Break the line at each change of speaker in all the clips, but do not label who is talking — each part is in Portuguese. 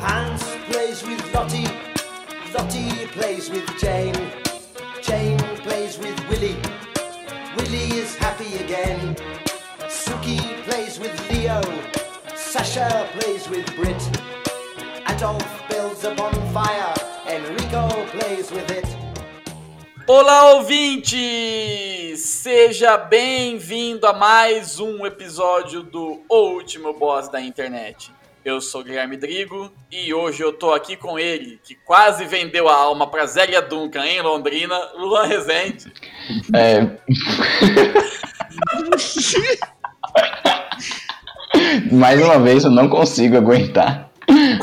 Hans plays with Lottie, Lottie plays with Jane, Jane plays with Willie, Willie is happy again. Suki plays with Leo, Sasha plays with Brit, Adolf builds a bonfire, Enrico plays with it.
Olá, ouvinte! Seja bem-vindo a mais um episódio do O Último Boss da Internet. Eu sou Guilherme Drigo e hoje eu tô aqui com ele, que quase vendeu a alma pra Zélia Duncan em Londrina, Luan Rezende.
É. Mais uma vez, eu não consigo aguentar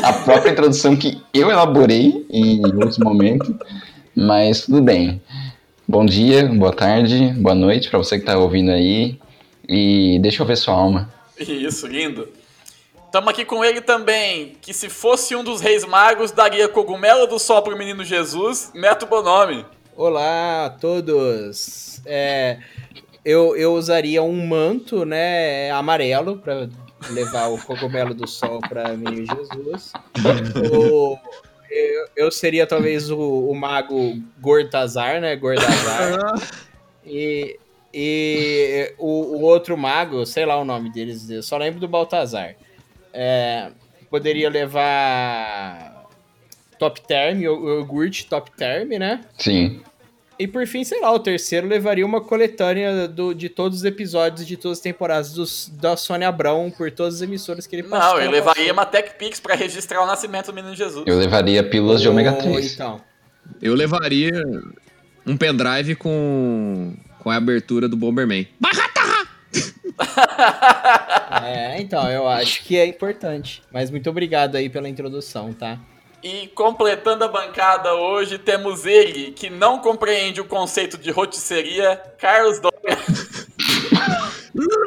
a própria introdução que eu elaborei em outro momento, mas tudo bem. Bom dia, boa tarde, boa noite para você que tá ouvindo aí. E deixa eu ver sua alma.
Isso, lindo. Tamo aqui com ele também, que se fosse um dos reis magos, daria cogumelo do sol pro menino Jesus, Neto Bonome.
Olá a todos! É, eu, eu usaria um manto, né, amarelo para levar o cogumelo do sol para mim Jesus. O- eu, eu seria talvez o, o mago Gortazar, né, Gordazar. E, e o, o outro mago, sei lá o nome deles, eu só lembro do Baltazar. É, poderia levar Top Term, o iogurte Top Term, né?
Sim.
E por fim, sei lá, o terceiro levaria uma coletânea do- de todos os episódios de todas as temporadas dos- da Sônia Abrão por todas as emissoras que ele passou.
Não, eu
ela
levaria
passou.
uma Tech Pix pra registrar o nascimento do menino Jesus.
Eu levaria pílulas de ômega 3.
Então,
Eu levaria um pendrive com, com a abertura do Bomberman.
é, então, eu acho que é importante. Mas muito obrigado aí pela introdução, tá?
E completando a bancada hoje, temos ele, que não compreende o conceito de rotisseria, Carlos Dom.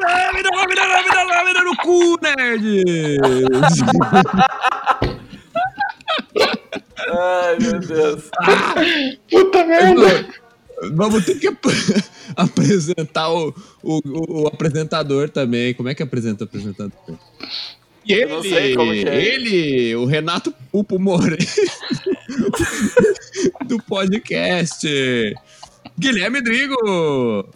Ah, me dá, me dá, me dá, me dá no cu, nerd!
Ai, meu Deus.
Puta
Vamos ter que ap- apresentar o, o, o- o apresentador também. Como é que apresenta o apresentador? E
Eu não sei como que é.
ele, o Renato Pupo Moreira do podcast. Guilherme Drigo!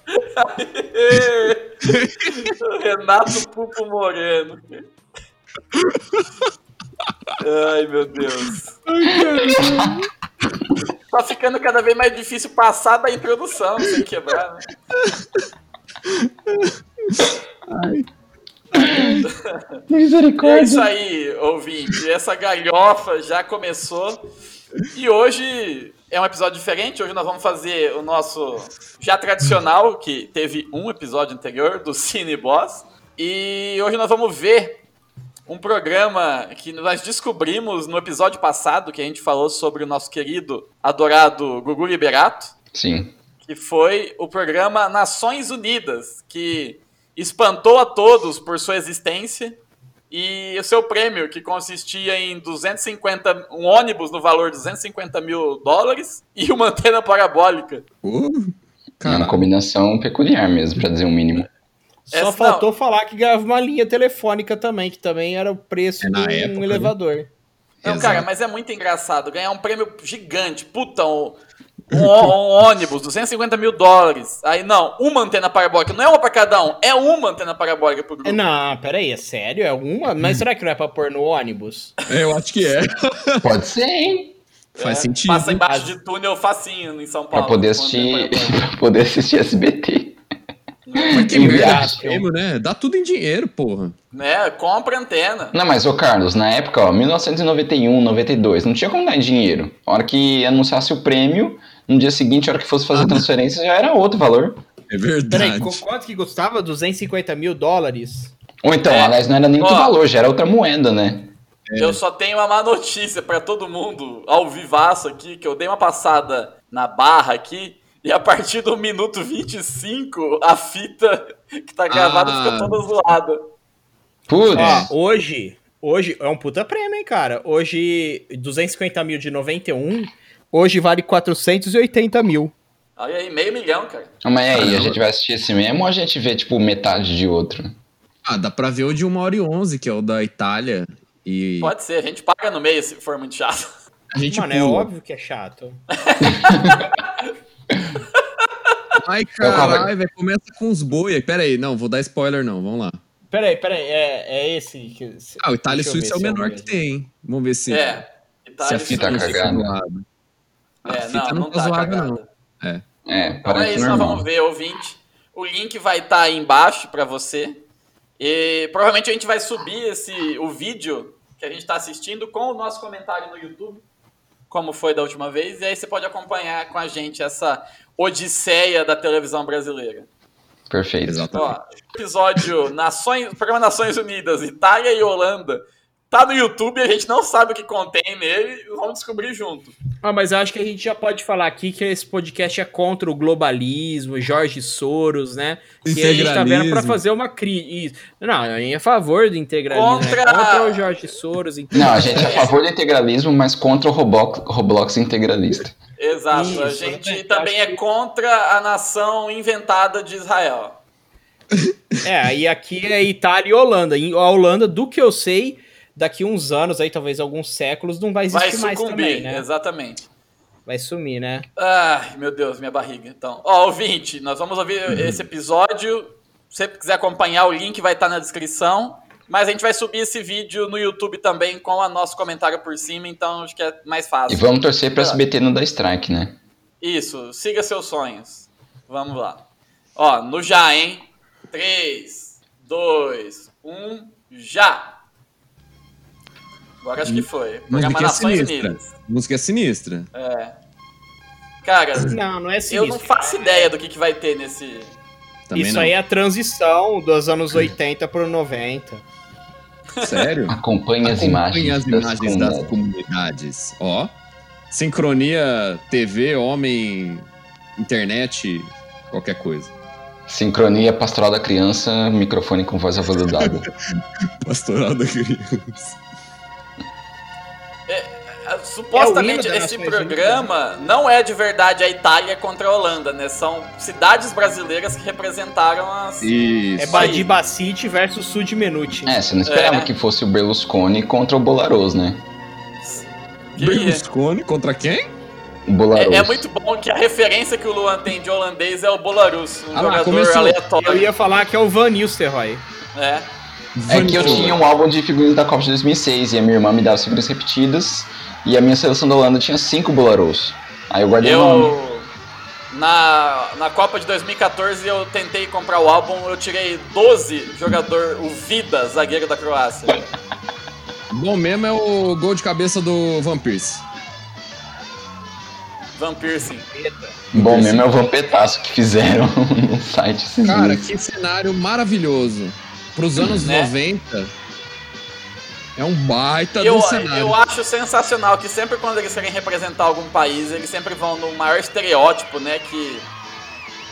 Renato Pupo Moreno. Ai, meu Deus. Tá ficando cada vez mais difícil passar da introdução sem quebrar, né? É isso aí, ouvinte. Essa galhofa já começou. E hoje é um episódio diferente. Hoje nós vamos fazer o nosso já tradicional, que teve um episódio anterior, do Cine Boss. E hoje nós vamos ver um programa que nós descobrimos no episódio passado, que a gente falou sobre o nosso querido, adorado Gugu Liberato
Sim.
que foi o programa Nações Unidas, que espantou a todos por sua existência e o seu prêmio, que consistia em 250, um ônibus no valor de 250 mil dólares e uma antena parabólica.
Uh,
É uma combinação peculiar mesmo, pra dizer o mínimo.
Só
Essa
faltou falar que ganhava uma linha telefônica também, que também era o preço
É,
de
na
um
época, né?
elevador.
Não,
Exato.
cara, mas é muito engraçado ganhar um prêmio gigante, puta, um, um ó- um ônibus, 250 mil dólares. Aí não, uma antena parabólica, não é uma pra cada um, é uma antena parabólica pro grupo.
É, Não, peraí, é sério? É uma? Mas será que não é pra pôr no ônibus?
eu acho que é.
Pode ser, hein?
Faz
É,
sentido.
Passa embaixo de túnel facinho em São
Pra
Paulo.
poder
com antena
assistir,
parabólica.
pra poder assistir SBT.
Mas que
Em
merda
viagem.
de prêmio, né? Dá tudo em dinheiro, porra.
né? Compra antena.
Não, mas ô Carlos, na época, ó, 1991, 92, não tinha como dar dinheiro. A hora que anunciasse o prêmio, no dia seguinte, a hora que fosse fazer a transferência, já era outro valor.
É verdade.
Peraí, qu- quanto que custava? 250 mil dólares?
Ou então,
É.
aliás, não era nem outro
Ó.
valor, já era outra moeda, né?
É.
Eu só tenho uma má notícia pra todo mundo ao vivaço aqui, que eu dei uma passada na barra aqui. E a partir do minuto 25, a fita que tá gravada
Ah.
fica toda zoada.
É.
Putz,
Ó, hoje, Hoje é um puta prêmio, hein, cara? Hoje, 250 mil de 91, hoje vale 480 mil.
Olha aí, meio milhão, cara.
Mas e aí, a gente vai assistir esse mesmo ou a gente vê, tipo, metade de outro?
Ah, dá pra ver o de 1 hora e 11, que é o da Itália. E
Pode ser, a gente paga no meio se for muito chato.
a gente
Mano, é
pula.
óbvio que é chato.
Ai, caralho, velho, começa com os boi. Pera aí, não, vou dar spoiler não, vamos lá.
Peraí, peraí, é, é esse que...
Ah, o Itália e
Deixa eu ver
Suíça é o
se é o
menor que
mesmo.
tem, hein? Vamos ver se...
É.
se
Itália
a
e
fita
Suíça.
tá
Suíça.
cagada.
zoada. A
É,
fita
não,
não
não
tá
tá
zoada,
cagada.
não. É.
É,
Então é
parece
isso, nós
normal.
vamos ver, ouvinte. O link vai estar aí embaixo para você. E provavelmente a gente vai subir esse, o vídeo que a gente está assistindo com o nosso comentário no YouTube, como foi da última vez. E aí você pode acompanhar com a gente essa odisseia da televisão brasileira.
Perfeito.
Exato.
Ó, episódio Nações, programa Nações Unidas, Itália e Holanda. Tá no YouTube, a gente não sabe o que contém nele, vamos descobrir junto.
Ah, mas eu acho que a gente já pode falar aqui que esse podcast é contra o globalismo, Jorge Soros, né? Que a gente tá vendo pra
Integralismo.
fazer uma crise. Não, é a favor do integralismo.
Contra-
é contra o Jorge Soros. então-
Não, a gente é a favor do integralismo, mas contra o Roblox, Roblox integralista.
Exato. a
Isso,
gente
exatamente.
também
Eu
é
acho que-
contra a nação inventada de Israel.
É, aí aqui é Itália e Holanda. E a Holanda, do que eu sei, daqui uns anos, aí talvez alguns séculos, não vai
Vai
existir mais
sucumbir,
também, né?
exatamente.
Vai sumir, né?
Ai, meu Deus, minha barriga. Então, ó, ouvinte, nós vamos ouvir
Uhum.
esse episódio. Se você quiser acompanhar, o link vai estar na descrição. Mas a gente vai subir esse vídeo no YouTube também com o nosso comentário por cima, então acho que é mais
E
fácil.
vamos torcer pra SBT não dar strike, né?
Isso, siga seus sonhos. Vamos lá. Ó, no já, hein? 3, 2, 1, já! Agora acho que foi. Programa
Música é
Nações
sinistra.
Unidas.
Música é sinistra.
Cara,
Não, não é
eu
sinistro.
não faço ideia do que, que vai ter nesse.
Também
Isso
não.
aí é a transição dos anos 80 pro 90.
Sério?
Acompanhe as
Acompanhe
imagens.
as imagens das, comunidades.
comunidades.
Ó. Sincronia TV, homem, internet, qualquer coisa.
Sincronia pastoral da criança, microfone com voz aveludada.
Pastoral da criança.
Ah, Supostamente
É o hino da
esse
Nações Unidas,
programa não é de verdade a Itália contra a Holanda, né? São cidades brasileiras que representaram as.
Isso.
É
ba-
Badi Bacite versus Sud Menuti.
É, você não esperava
É.
que fosse o Berlusconi contra o Bolaros, né?
que-
Berlusconi contra quem?
O Bolaros.
É, é muito bom que a referência que o Luan tem de holandês é o Bolarus, um
Ah lá,
jogador
começou.
aleatório.
Eu ia falar que é o Van Nistelrooy.
É.
É que eu tinha um álbum de figurinhas da Copa de 2006 e a minha irmã me dava figurinhas repetidas e a minha seleção da Holanda tinha cinco Bolaros. Aí eu guardei o nome.
Eu. Na, na Copa de 2014 eu tentei comprar o álbum, eu tirei 12 jogador, o Vida, zagueiro da Croácia.
Bom mesmo é o gol de cabeça do Van Pierce.
Van Piercing.
Bom mesmo é o vampetaço que fizeram no site. esses
Cara,
dias.
que cenário maravilhoso. Pros anos
Né?
90, é um baita
eu,
do cenário.
eu acho sensacional que sempre quando eles querem representar algum país, eles sempre vão no maior estereótipo, né? Que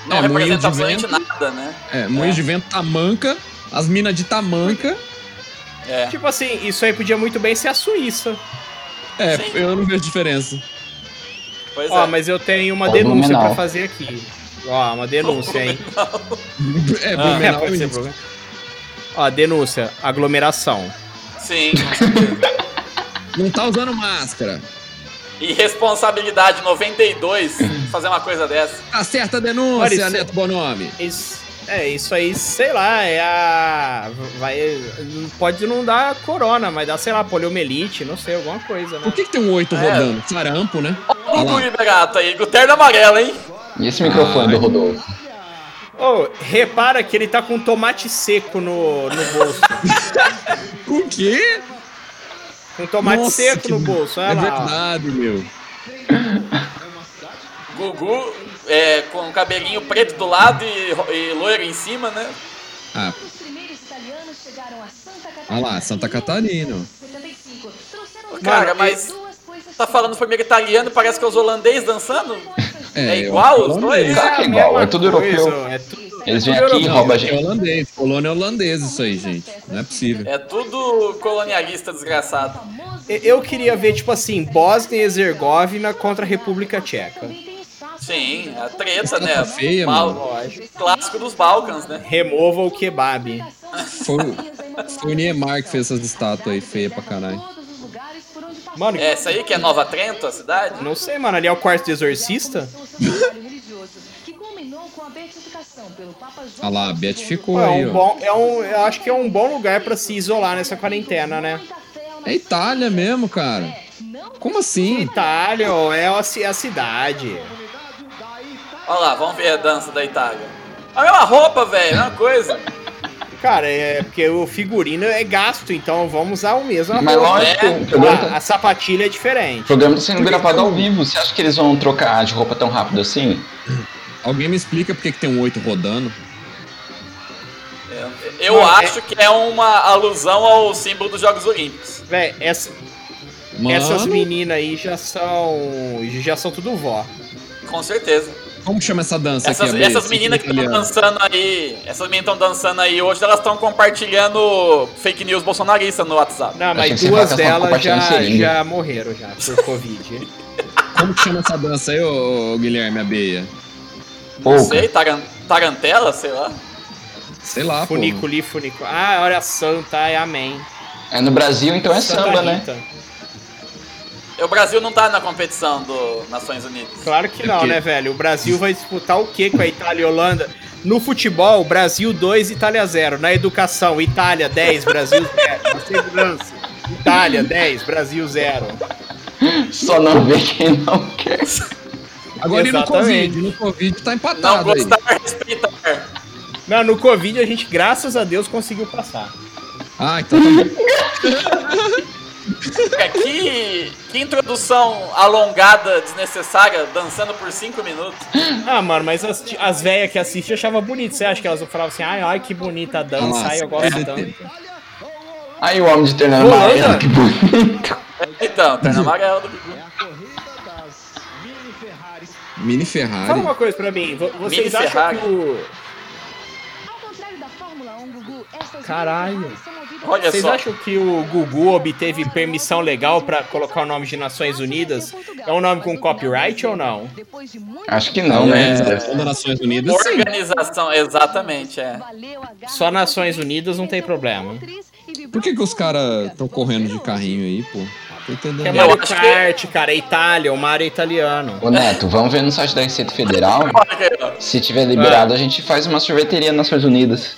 não
É, moinho de
representa absolutamente
vento.
nada, né?
É, Moinhos de Vento Tamanca, as minas de Tamanca.
um
É.
Tipo assim, isso aí podia muito bem ser a Suíça.
É,
Sim.
eu não vejo diferença.
Pois
Ó,
é.
mas eu tenho uma
Ó,
denúncia
Blumenau.
pra fazer aqui. Ó, uma denúncia, hein?
É,
Ah.
É,
Blumenau
pode ser
isso.
problema. Ó, denúncia, aglomeração.
Sim, com certeza.
Não tá usando máscara.
E responsabilidade 92, fazer uma coisa dessa.
Tá certa a denúncia,
Olha isso.
Neto Bonome.
Isso, é, isso aí, sei lá, é a. Vai. Pode não dar corona, mas dá, sei lá, poliomielite, não sei, alguma coisa, né?
Por que, que tem um oito
É.
rodando? Sarampo, né?
Ó,
lá.
o liberato aí, com terno amarelo, hein?
E esse microfone do Rodolfo?
Ô, repara que ele tá com tomate seco no, no bolso.
O quê?
Com tomate
Nossa,
seco
que-
no bolso,
É
olha lá. ó.
verdade, meu.
Gugu é, com o cabelinho preto do lado e, ro- e loiro em cima, né?
Ah,
Os primeiros italianos chegaram a Santa Catarina.
Ah lá, Santa Catarina.
Em 1875. Trouxeram
Ô, cara,
duas
mas
coisas
Tá falando primeiro italiano, parece que é os holandês dançando?
simples.
É,
eu
igual
acho que
os
eu não
dois?
lembro.
Tá.
Claro que é igual, é tudo europeu.
é tudo,
Eles vêm aqui e roubam a
É
gente.
holandês, colônia holandesa isso aí, gente. Não é possível.
É tudo colonialista desgraçado.
E- Eu queria ver, tipo assim, Bósnia e Herzegovina contra a República Tcheca.
Sim, a treta, né?
Tá feia,
Bal-
mano.
Clássico dos Balcãs, né?
Remova o kebab.
Foi, o- foi o Niemeyer que fez essas estátuas aí feias pra caralho.
Mano,
É essa aí que é Nova Trento, a cidade?
não sei, mano, ali é o quarto do exorcista?
um
Ah lá, a beatificou
é
aí,
um
ó.
bom, é um, eu acho que é um bom lugar pra se isolar nessa quarentena, né?
É Itália mesmo, cara. Como assim?
Itália, ó, é a, ci- a cidade.
Olha lá, vamos ver a dança da Itália. A mesma roupa, velho, a mesma coisa.
Cara, é porque o figurino é gasto, então vamos usar o mesmo.
Mas
arroz.
lógico, o programa
Ah,
tá,
a sapatilha é
o
diferente.
programa tá sendo gravado ao vivo. Você acha que eles vão trocar de roupa tão rápido assim?
Alguém me explica por que que tem um oito rodando?
Eu
Mano, é-
acho que é uma alusão ao símbolo dos Jogos Olímpicos.
Véi, essa-
Mano,
essas meninas aí já são. já são tudo vó.
Com certeza.
como chama essa dança
Essas,
aqui? Abel?
essas
Esse
meninas que estão
italiano.
dançando aí, essas meninas estão dançando aí hoje, elas estão compartilhando fake news bolsonarista no WhatsApp.
Não,
Achei que
mas
você
duas
fala que elas
delas já,
estão compartilhando seringa.
já morreram já por Covid.
Como que chama essa dança aí, ô, ô, Guilherme Abeia?
Não
Pouca.
sei, taran- tarantela, sei lá.
Sei lá, Ah, pô.
Funiculi, funiculi. Ah, olha a santa, é amém.
É no Brasil, então é samba, né?
Rita.
O Brasil não tá na competição do Nações Unidas.
Claro que
É
não,
porque-
né, velho? O Brasil vai disputar o quê com a Itália e Holanda? No futebol, Brasil 2, Itália 0. Na educação, Itália 10, Brasil 0. Na segurança, Itália 10, Brasil 0.
Só não vê quem não quer.
Agora e no
Exatamente.
Covid? No Covid tá
Não
empatado aí.
gostar, respeitar.
Não, no Covid a gente, graças a Deus, conseguiu passar.
Ah, então tá bom.
Cara, Que, que introdução alongada, desnecessária, dançando por cinco minutos.
Ah, mano, mas as, as velhas que assistem achavam bonito. Você acha que elas falavam assim, ai, ai, que bonita a dança, ai, eu gosto tanto.
Aí o homem de terno
Holanda?
amarelo, que bonito.
Então, terno amarelo do Bigu.
Mini Ferrari.
Fala uma coisa pra mim, vo- vocês
Mini
acham
Ferrari.
que o...
um,
Caralho.
Olha
Vocês
só.
acham que o Gugu obteve permissão legal pra colocar o nome de Nações Unidas? É um nome com copyright ou não?
Acho que não,
É,
né?
organização das Nações Unidas, sim.
Organização, exatamente, é.
Só Nações Unidas não tem problema.
Por que que os caras tão correndo de carrinho aí, pô? Tô entendendo.
É
Eu
Mario
acho que-
Kart, cara, é Itália, o mar é italiano.
Ô Neto, vamos ver no site da Receita Federal. Se tiver liberado, a gente faz uma sorveteria nas Nações Unidas.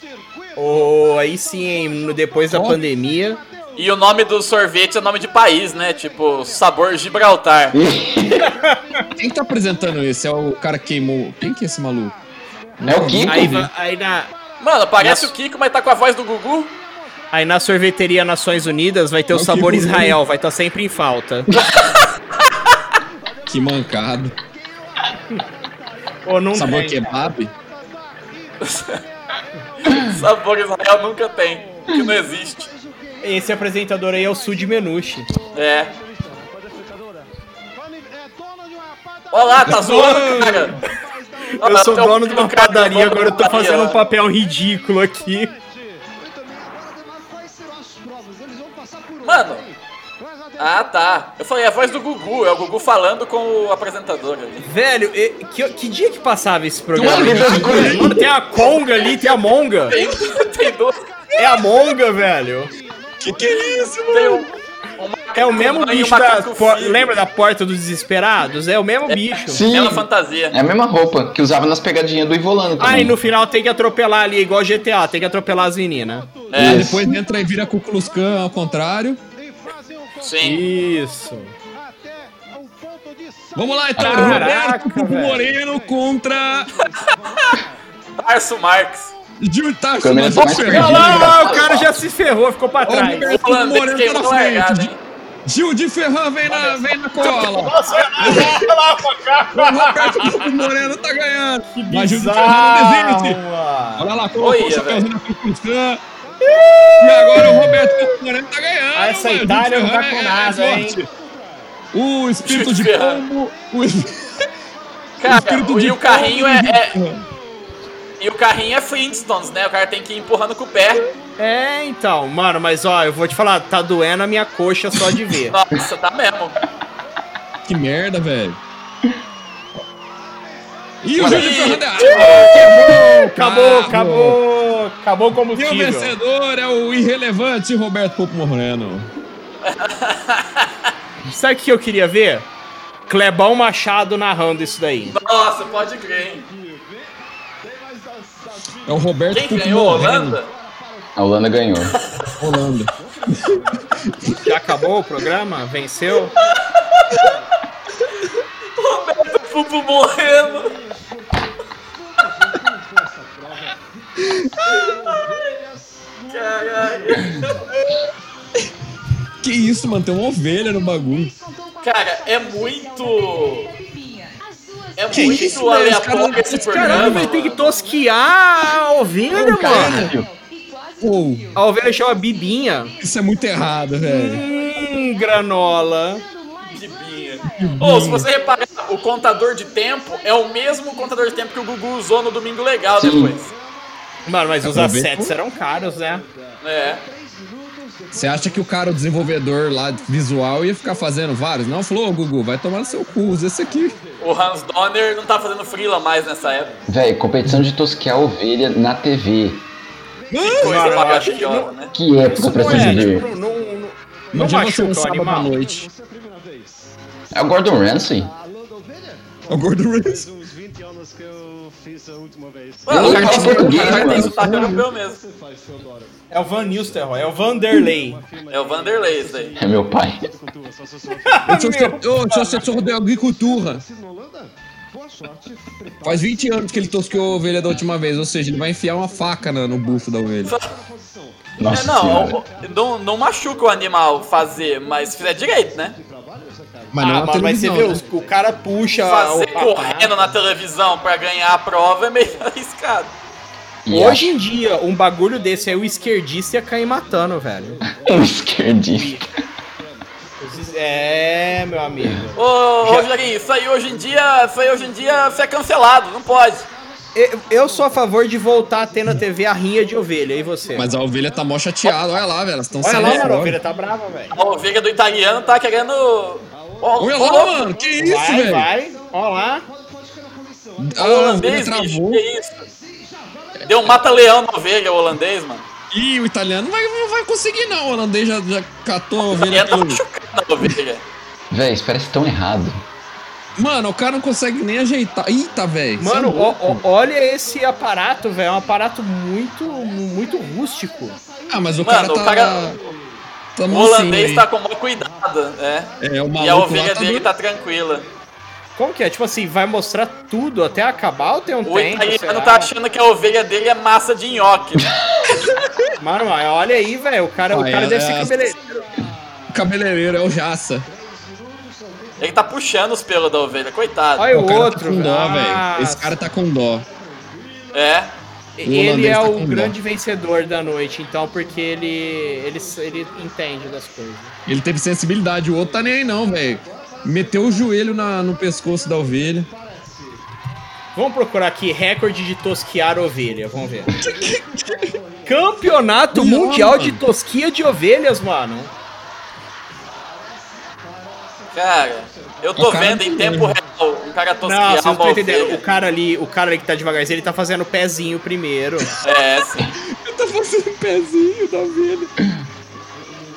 Ou Oh, aí sim, hein, no- depois da
Ó.
pandemia.
E o nome do sorvete é nome de país, né? Tipo, sabor Gibraltar.
Quem tá apresentando esse? É o cara que queimou. Quem que é esse maluco?
É o Kiko.
Aí, va- aí, na,
Mano, parece
Nossa.
o Kiko, mas tá com a voz do Gugu.
aí na sorveteria Nações Unidas vai ter o
Não,
sabor
que
Israel, vai estar sempre em falta.
Que mancado.
Ou não
Sabor
tem.
kebab?
Sabor Israel nunca tem, que não existe.
Esse apresentador aí é o Sud Menushi.
É. Olha lá, tá zoando, cara. Olha
Eu
lá,
sou
tem um
dono de uma
cara que é
padaria,
dono
agora eu
de
tô
uma padaria
fazendo um
lá.
papel ridículo aqui.
Mano. Ah, tá. Eu falei, é a voz do Gugu. É o Gugu falando com o apresentador ali.
Velho, e- que, que dia que passava esse programa?
Olha, das coisas.
Mano, tem a Conga ali, tem a Monga.
Tem, tem dois.
É a Monga, velho.
Que que é isso,
Tem um, um
É o mesmo
macaco mãe e um
bicho da.
macaco
por-
filho.
lembra da Porta dos Desesperados? É o mesmo bicho.
Sim,
É uma fantasia.
é a mesma roupa que usava nas pegadinhas do Ivolano
Ah, e
também.
no final tem que atropelar ali, igual GTA, tem que atropelar as meninas.
E
Isso.
depois entra e vira Ku Klux Klan ao contrário.
Sim.
Isso.
Vamos lá, então.
Caraca,
Roberto Cuco
velho.
Moreno contra
Arço Marx.
Giltar
Câmera mais
Olha
perdida.
Ferrari.
lá, o cara já se ferrou, ficou pra
Olha o
trás.
Roberto
O
Cuco
holandês
Moreno tá
queimou
na
a largada, hein?
frente. Gil de Ferran vem na, vem na cola.
Olha lá, o cara.
O Roberto Cuco Moreno tá ganhando. Mas
ah,
Gil de Ferran não desiste.
Bizarro.
Olha lá, colocou
Olha,
o chapéuzinho na Ku Klux Klan. E agora o Roberto Cuco Moreno tá ganhando.
Ah, essa
mano. Gil de
Itália não tá
Ferran
com
é
nada, hein?
forte. O espírito
Gil de
de
Ferran.
pombo. O espírito
Cara,
de né?
e o carrinho
pombo
é,
do Gil de
é-
Ferran.
E o carrinho é Flintstones, né? O cara tem que ir empurrando com o pé.
É, então, mano, mas ó, eu vou te falar, tá doendo a minha coxa só de ver.
Nossa, tá mesmo.
Que merda, velho. Ih, o
Olha
Júlio
aí.
Ferrando é-
acabou, acabou, acabou o
E o
combustível.
vencedor é o irrelevante Roberto Popo Moreno.
Sabe o que eu queria ver? Clebão Machado narrando isso daí.
Nossa, pode crer, hein?
É o Roberto
Quem
Popo
ganhou?
Moreno.
Holanda?
A Holanda ganhou.
Holanda.
Já acabou o programa? Venceu?
Fufu morrendo. Caralho.
Que isso, mano? Tem uma ovelha no bagulho.
Cara, é muito. É
Que
muito
isso, velho? Os
aleatório
caras-
esse
os caras não
programa.
Caramba, ele tem que tosquiar a ovelha, mano.
Uou,
A ovelha chama Bibinha.
isso é muito errado, velho.
Hum, granola.
Bibinha. Ô, se você reparar, o contador de tempo é o mesmo contador de tempo que o Gugu usou no Domingo Legal
Sim.
depois.
Mano, mas os
Acabou bem.
assets eram caros, né?
É.
Você acha que o cara, o desenvolvedor lá visual, ia ficar fazendo vários? Não, falou, ô, Gugu, vai tomar no seu cu, usa esse aqui.
O Hans Donner não tá fazendo frila mais nessa época.
Véi, competição de tosquear ovelha na TV.
Coisa
Cara, eu
pra
acho que
cachorra,
não-
né?
Que época pra se
é,
viver.
tipo, não, não, não
Imagina você um
machuca o
sábado à
animal.
noite.
É o Gordon Ramsay?
É o Gordo Reis.
uns 20 anos que eu fiz a última vez.
Eu
Mano, o
não
cara
falo português,
tem
mano.
sotaque europeu mesmo.
É o Van Nistelrooy, é o Vanderlei.
É o Vanderlei isso daí.
É meu pai.
Ah,
Eu sou assessor- eu sou assessor da agricultura. Faz 20 anos que ele tosqueou a ovelha da última vez, ou seja, ele vai enfiar uma faca na- no bufo da ovelha.
Ah,
Nossa
É, não,
senhora.
o- não, não machuca o animal fazer, mas se fizer direito, né?
Mas
Ah,
não
mas, mas você
televisão,
vê,
né?
os- o cara puxa o né?
Fazer
papai.
correndo na televisão pra ganhar a prova é meio arriscado.
E
Hoje em dia, um bagulho desse aí, o esquerdista ia cair matando, velho.
é um esquerdista.
É, meu amigo.
Ô, ô Rogerinho, isso aí hoje em dia, isso aí hoje em dia você é cancelado, não pode.
Eu, eu sou a favor de voltar a ter na TV a rinha de ovelha, e você?
Mas a ovelha tá mó chateada, olha lá, velho, elas estão
Olha
saindo
lá, mano, a
fora.
ovelha tá brava, velho.
A ovelha do italiano tá querendo. Ó,
Olha
ó,
lá, mano, que isso,
tá- Vai,
velho?
vai, ó lá.
Ah,
O
a ovelha
holandês, bicho,
travou.
que isso? Deu um mata-leão na ovelha, o holandês, mano.
Ih, o italiano vai- não vai conseguir não, o holandês já, já catou a ovelha
Ele tá
pelo...
machucado na ovelha.
Véi, isso parece tão errado.
Mano, o cara não consegue nem ajeitar. Eita, velho.
Mano,
você é
ó-
louco.
ó- olha esse aparato, velho. É um aparato muito, muito rústico.
Ah, mas o
Mano,
cara
o
tá...
cara-
tá
O
mansinho,
holandês
hein?
tá com o maior cuidado, é.
É, o
E a
maluco lá
ovelha
tá...
dele
doido.
tá tranquila.
Como que é? Tipo assim, vai mostrar tudo até acabar ou tem um
O
tempo? sei
italiano
lá?
tá achando que a ovelha dele é massa de nhoque.
Mano, mas olha aí, velho. O cara, o
Ah,
cara
é-
deve ser
é-
cabeleireiro.
tá-
Cabeleireiro, é o Jaça.
Ele tá puxando os pelos da ovelha, coitado.
Olha
o
o
cara
outro,
tá com
velho.
dó,
Ah,
velho. Esse cara tá com dó.
É.
Ele
holandês
é
tá
o
com dó.
grande vencedor da noite, então, porque ele, ele, ele entende das coisas.
Ele teve sensibilidade, o outro tá nem aí não, velho. Meteu o joelho na- no pescoço da ovelha.
Vamos procurar aqui recorde de tosquiar ovelha, vamos ver. Campeonato
Não,
Mundial
mano.
de Tosquia de Ovelhas, mano.
Cara, eu tô
O cara tá
vendo em
não
tempo real um cara
Não,
tosquiar
vocês não
uma
estão entendendo.
ovelha.
O cara ali, o cara ali que tá devagarzinho, ele tá fazendo o pezinho primeiro.
tá
É, sim.
Eu tô fazendo o pezinho da ovelha.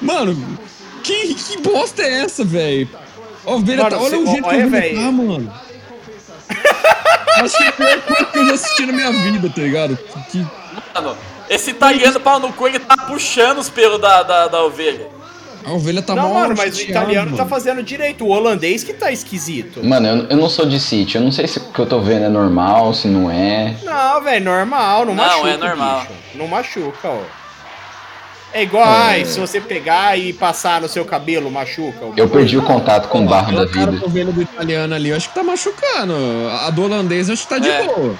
Mano, que, que bosta é essa, velho? A Ovelha
Mano,
tá, olha
você-
o jeito
olha,
que a ovelha
velho.
tá, mano. Acho que é a pior coisa que eu já assisti na minha vida, tá ligado? Que,
Mano, esse italiano pau no cu, ele tá puxando os pelos da, da, da ovelha.
a ovelha tá
não,
mal
mano, mas o
chateada,
italiano tá
mano.
fazendo direito. O holandês que tá esquisito.
Mano, eu, eu não sou de sítio. Eu não sei se o que eu tô vendo é normal, se não é.
Não, velho, normal, não,
Não,
machuca.
é normal.
bicho. Não machuca, ó. É igual, ai, se você pegar e passar no seu cabelo, machuca. ó.
Eu perdi o contato com o barro da
Olha o cara
vida.
com a ovelha do italiano ali, eu acho que tá machucando. A do holandês eu acho que tá de
É.
boa.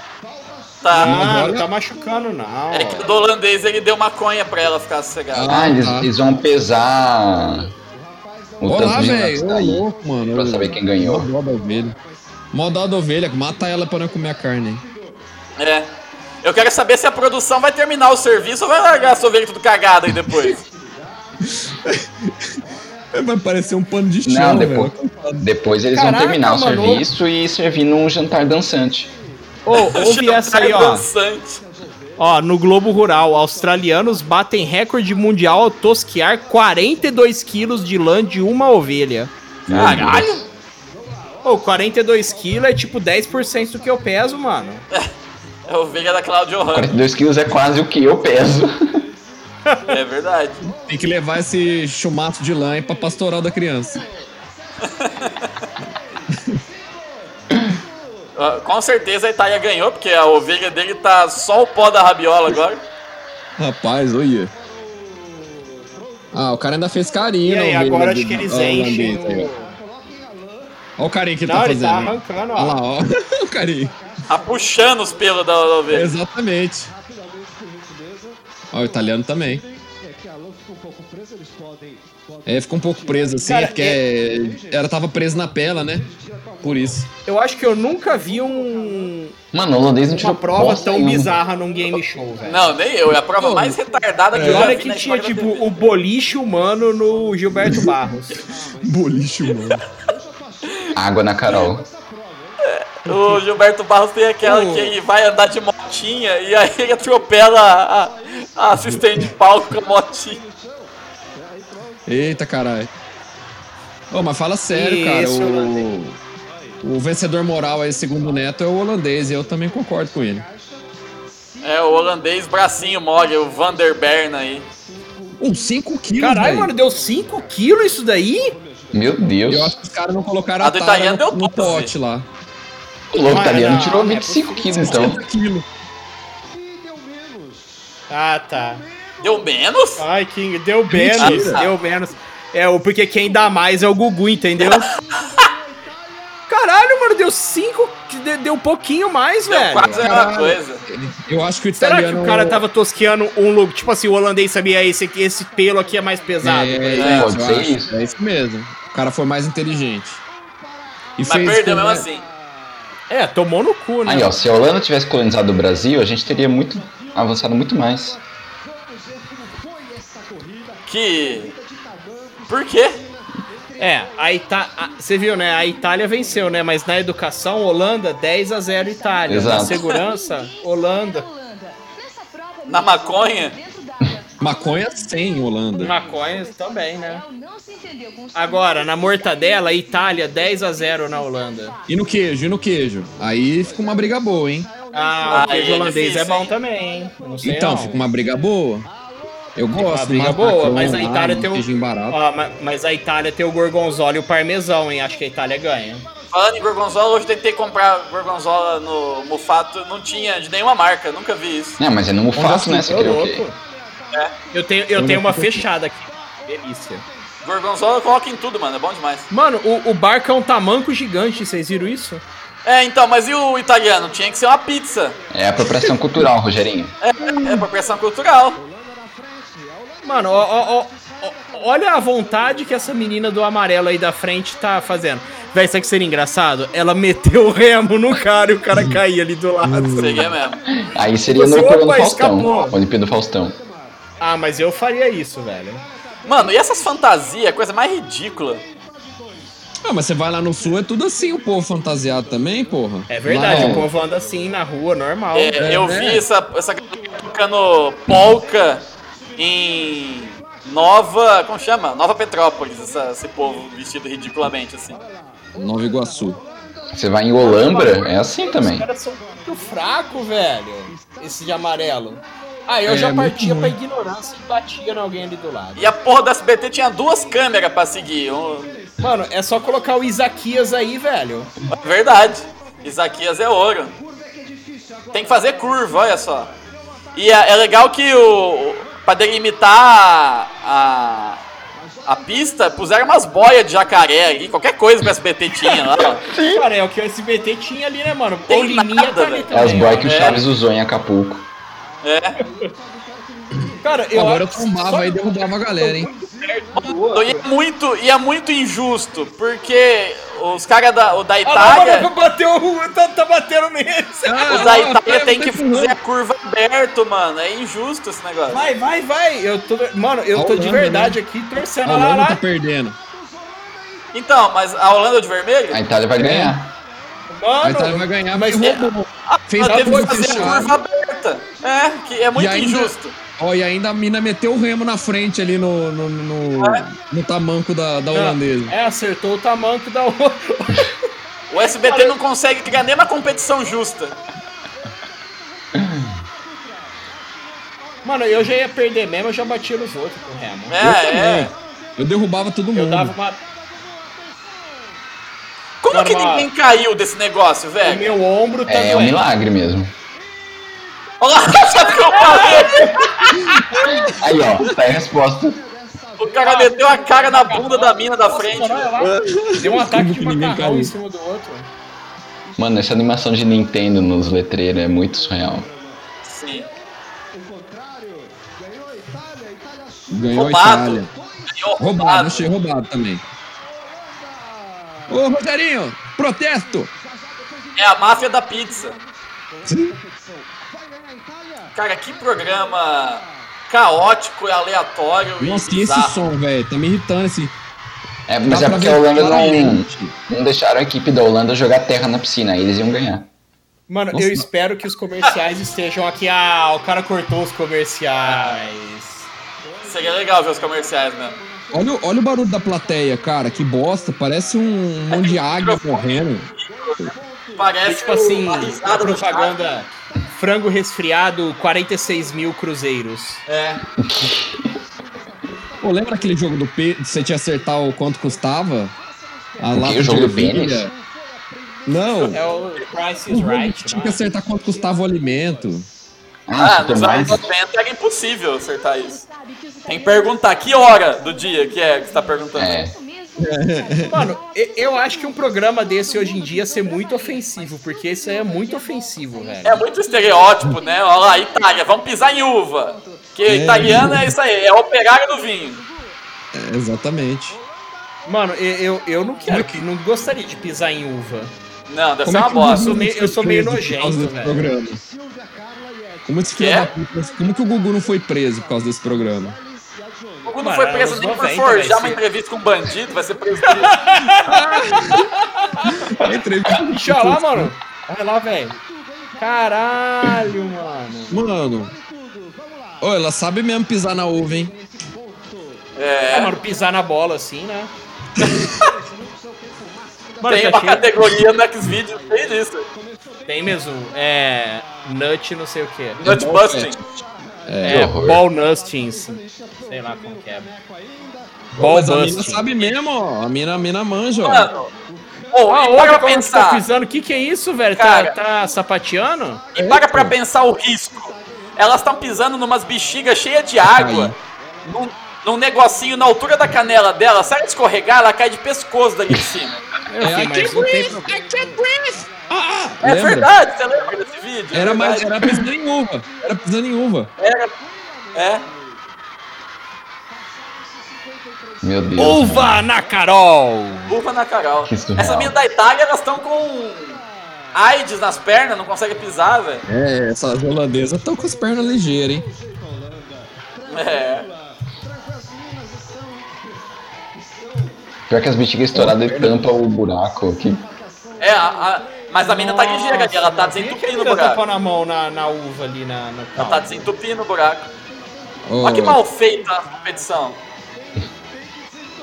Tá.
Ah, não
olha-
tá machucando, não.
É
ó.
que do holandês ele deu maconha pra ela ficar sossegada.
Ah, eles,
tá.
eles vão pesar. O
Olá,
tanto de
velho.
nós
Ô,
tá aí.
louco, mano.
pra saber quem ganhou.
Mó dó da ovelha. Mó dó da ovelha, mata ela pra não comer a carne. hein?
É. Eu quero saber se a produção vai terminar o serviço ou vai largar a sovereign tudo cagado aí depois.
Vai parecer um pano de chão,
Não, depois,
velho.
depois eles
Caraca,
vão terminar o
mano.
serviço e servir num jantar dançante.
Ô, ouve essa aí, ó.
Dançante.
Ó, no Globo Rural, australianos batem recorde mundial ao tosquiar 42 quilos de lã de uma ovelha.
Caralho!
Ô, 42 quilos é tipo 10% do que eu peso, mano.
É a ovelha da Claudio Hanna.
42 quilos é quase o que eu peso.
É verdade.
Tem que levar esse chumaço de lã aí pra pastoral da criança.
Ah, Com certeza a Itália ganhou, porque a ovelha dele tá só o pó da rabiola agora.
Rapaz, olha. Ah, o cara ainda fez carinho.
E aí,
na ovelha
agora
do-
acho que eles
ó, o
enchem
lambeta aí, ó. Ó o carinho que ele
Não,
tá
ele
fazendo.
tá arrancando,
Olha
ó.
lá, ó. o carinho.
Tá puxando os pelos da da ovelha.
Exatamente. Ó, o italiano também. É, ficou um pouco preso assim,
Cara,
é porque é- ela tava presa na pela, né? Por isso.
Eu acho que eu nunca vi um,
Mano, o holandês não tirou
uma prova
bosta
tão
nenhuma.
bizarra num game show, velho.
Não, nem eu. É a prova
Ô,
mais retardada que eu já vi
Olha que
na
tinha,
história da
tipo,
TV.
o boliche humano no Gilberto Barros.
Boliche, mano.
Água na Carol.
O Gilberto Barros tem aquela
O-
que ele vai andar de motinha e aí ele atropela a, a assistente de palco com a motinha.
Eita, caralho. Ô, mas fala sério,
E
cara.
esse holandês?
O, o vencedor moral aí, segundo o Neto, é o holandês. E eu também concordo com ele.
É, o holandês bracinho mole, o Van der Bern aí.
Um 5 quilos,
Caralho,
velho.
mano, deu 5 quilos isso daí?
Meu Deus.
Eu acho que os caras não colocaram
A
a,
do
tara
italiano
no,
deu
no
todas,
pote lá.
O louco
Ah,
italiano
não,
tirou
não é
25 quilos, então.
60 quilos.
Ah, tá.
Deu menos?
Ai, King, deu menos,
Mentira.
deu menos. É, o- porque quem dá mais é o Gugu, entendeu? Caralho, mano, deu 5, deu um pouquinho mais,
Deu
velho.
quase a mesma
Caralho.
coisa.
Eu acho que o
Será
italiano...
que o cara tá tava tosqueando um look? Tipo assim, o holandês sabia esse aqui, esse pelo aqui é mais pesado.
É,
É,
isso,
pode
eu
ser
acho.
isso.
É isso mesmo. O cara foi mais inteligente. E
Mas perdeu mesmo
né?
assim.
É, tomou no cu, né?
Aí, ó, se a Holanda tivesse colonizado o Brasil, a gente teria muito avançado muito mais.
Que. Por quê?
É, a Itália. Você viu, né? A Itália venceu, né? Mas na educação, Holanda, 10 a 0 Itália. Na
Exato.
segurança, Holanda.
Holanda. Nessa prova,
Na maconha?
dentro da água,
Maconha sem Holanda.
Maconhas também, né?
Israel não se entendeu com os
Agora, na mortadela, Itália, 10 a 0 na Holanda.
E no queijo, e no queijo. Aí fica uma briga boa, hein?
Ah,
Ah,
o queijo
é
holandês
difícil,
é bom
hein?
também, hein? Eu Não sei
Então,
não.
fica uma briga boa. Eu gosto.
uma briga
mas um
boa,
macarrão
mas a
lá,
Itália tem um o.
Queijinho barato.
Ó, ma- mas a Itália tem o gorgonzola e o parmesão, hein? Acho que a Itália ganha.
Falando em gorgonzola, hoje eu tentei comprar gorgonzola no Mufato, não tinha de nenhuma marca, nunca vi isso.
Não, mas é no fácil, né? Você
Ô,
queria o
louco. É.
quê?
Eu tenho, eu tenho uma fechada aqui. Delícia.
Gorgonzola coloca em tudo, mano, é bom demais.
Mano, o, o barco é um tamanco gigante, vocês viram isso?
É, então, mas e o italiano? Tinha que ser uma pizza.
É apropriação cultural, Rogerinho.
É, é apropriação cultural.
Mano, ó, ó, ó, ó, olha a vontade que essa menina do amarelo aí da frente tá fazendo. Véi, sabe o que seria engraçado? Ela meteu o remo no cara e o cara caía ali do lado.
Seria mesmo.
Aí seria
Você,
no Olimpíada do
opa,
Faustão.
escapou.
Olimpíada do Faustão.
Ah, mas eu faria isso, velho.
Mano, e essas fantasias? é Coisa mais ridícula.
Ah, mas você vai lá no sul, é tudo assim, o povo fantasiado também, porra.
É verdade,
Não.
o povo anda assim na rua, normal.
É, eu vi essa, essa galera tocando polca em Nova. Como chama? Nova Petrópolis, essa- esse povo vestido ridiculamente assim.
Nova Iguaçu.
Você vai em Olambra, é assim também.
caras são muito fracos, velho. Esse de amarelo. Ah, eu
É,
já
muito
partia pra
ruim.
ignorância e batia em alguém ali do lado.
E a porra do SBT tinha duas câmeras pra seguir. um-
Mano, é só colocar o Isaquias aí, velho.
é Verdade. Isaquias é ouro. Tem que fazer curva, olha só. E é, é legal que o. Pra delimitar a. a, a pista, puseram umas boias de jacaré ali, qualquer coisa que o SBT tinha lá. ó.
Cara, é o que o SBT tinha ali, né, mano?
Tem
Paulininha
nada,
tá ali
velho.
É as
também.
boy que o
É.
Chaves usou em Acapulco.
É.
Cara, eu
É, Agora eu
acho-
tombava e um
Então,
derrubava a galera, hein?
E é muito, e é muito injusto, porque os caras da, o da
Olha
Itália,
lá, Ah, bateu, tá, tá batendo nele.
Ah.
os da Itália tem que fazer a curva aberta, mano. É injusto esse negócio.
Vai, vai, vai. Eu tô, mano, eu
A
tô de
Holanda,
verdade aqui torcendo.
A
Olha lá,
Holanda né? tá
lá.
perdendo.
Então, mas a Holanda de vermelho?
A Itália vai ganhar.
A
Mano,
Itália tá, vai ganhar, mas
é-
roubou. Fez
Ela
a
teve que
curva
fazer a
fechada.
curva aberta. É, que é muito
ainda-
injusto.
Ó, e ainda a mina meteu o remo na frente ali no, no, no, no- no tamanco da, da holandesa.
É, acertou o tamanho da outra.
O SBT não consegue criar nem uma competição justa.
Mano, eu já ia perder mesmo, eu já batia nos outros com o Remo.
É, é.
Eu derrubava todo mundo.
Eu dava uma.
Como que
Normal.
ninguém caiu desse negócio,
O
velho?
meu ombro tá
É, é um
doendo.
milagre mesmo.
Olha lá, sabe o que eu falei?
Aí, ó, tá aí a resposta.
O cara meteu a cara na bunda da mina da frente.
Nossa, olha lá. Deu um ataque de
Como que ninguém
macarrão
caiu?
em cima do outro.
Mano, essa animação de Nintendo nos letreiros é muito surreal.
Sim.
Ganhou
Roubado.
a Itália.
Ganhou
Roubado,
roubado.
achei roubado também. Ô, Rogerinho, protesto!
É a máfia da pizza. Cara, que programa caótico e aleatório
Nossa,
e
e esse
bizarro.
som, velho? Tá me irritando esse.
É, mas
Dá
é
pra
porque
ver
a Holanda não,
claramente.
não deixaram a equipe da Holanda jogar terra na piscina, aí eles iam ganhar.
Mano,
Nossa.
eu espero que os comerciais estejam aqui. Ah, o cara cortou os comerciais.
Seria legal ver os comerciais né? mesmo.
Olha, o- olha o barulho da plateia, cara. Que bosta. Parece um monte de águia correndo.
Parece
tipo assim,
é uma
a
risada do
propaganda. é Frango resfriado, 46 mil cruzeiros.
Chaves. É.
Pô, lembra aquele jogo do P de você tinha que acertar o quanto custava? A
O
lata de
quê? O jogo do
ervilha?
pênis?
Não.
É o né? Price
O
is
jogo que
Right.
tinha que
mano.
acertar quanto custava o alimento.
Ah,
Ah, Super
nos anos
Mario.
90 era impossível acertar isso. Tem que perguntar que hora do dia que é que você tá perguntando.
É.
Mano, e- eu acho que um programa desse hoje em dia ia ser muito ofensivo, porque esse aí é muito ofensivo, velho.
É muito estereótipo, né? Olha lá, Itália, vamos pisar em uva. Que italiano é isso aí, é operário do vinho.
É, exatamente.
Mano, e- eu, eu não quero, não gostaria de pisar em uva.
Não, deve
Como
ser
é
uma
que
Eu
bosta.
sou meio- eu sou meio
preso por causa
nojento,
desse
velho. É?
programa? Como, esse filho
Quê?
da puta- como que o Gugu não foi preso por causa desse programa?
O Gugu não foi
Mano,
preso
anos
nem por
90,
forjar uma
velho,
entrevista com um bandido, vai ser preso por
Entrevista.
Deixa eu lá, mano. Olha lá, velho. Caralho, mano.
Mano. Ô, ela sabe mesmo pisar na uva, hein?
É, mano, pisar na bola assim, né? mano,
Tem
tá
uma
cheio-
categoria no X-Video, tem disso.
Tem mesmo. É. Nut não sei o que.
Nut busting.
É,
horror.
ball nusting. Sei lá como que é. Ball
Mas a mina
busting.
sabe mesmo, ó. A mina, a mina manja, ó.
Mano, oh,
Ah,
e
olha
para pra
como você tá
pensar,
pisando. O que que é isso, velho?
Cara.
Tá, tá sapateando?
e para pra pensar o risco. Elas estão pisando numas bexigas cheias de água, num, num negocinho na altura da canela dela, sai de escorregar, ela cai de pescoço dali de cima.
Eu
I
sei, mas não tem problema.
Ah, ah,
É
lembra?
verdade, você lembra desse vídeo? É
Era, mais,
verdade.
era pisando em uva. Era pisando em uva.
É.
Meu Deus.
Uva na Carol!
Uva na Carol.
Que surreal.
Essas meninas da Itália, elas estão com AIDS nas pernas, não conseguem pisar, velho.
É, essas holandesas estão com as pernas ligeiras, hein?
É.
Pior que as bexigas estouradas tampam o buraco. Que...
É, a- a- mas a mina tá ligeira ali, ela tá desentupindo o
Ainda tá
buraco.
pondo a mão na, na uva ali na, na
Ela tá
calma.
desentupindo o buraco.
Ó,
Olha que mal feita a competição.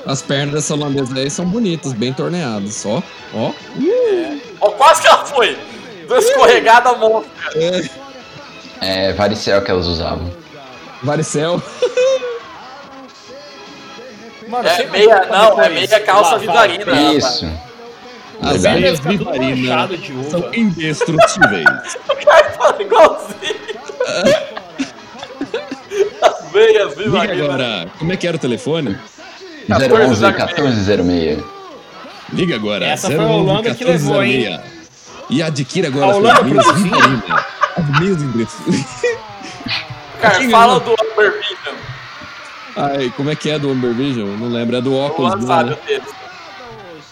As pernas dessa holandesa aí são bonitas, bem torneadas, ó. Ó.
Ó, quase que ela foi. Deu escorregada monstra.
É, varicel que elas usavam.
Varicel.
Mano,
É
sempre
meia,
tá
não, é
depois
meia calça
lavar.
vidarina. ela tá.
Isso.
As
Verdade.
velhas
Fica tudo
vivarinas
tá manchado de uva.
são indestrutíveis.
O cara fala igualzinho. As veias, né? viu,
Liga
Marina?
agora. Como é que era o telefone?
011 1406.
Liga agora.
Essa foi a Holanda que levou, hein?
1406. E adquira agora
A
as
Holanda
meias
produziu?
vivarinas. As meias indestrutíveis.
Cara, fala do Amber Vision.
Ai, como é que é do Amber Vision? Não lembro. É do
O Luan
óculos. né?
sabe o texto.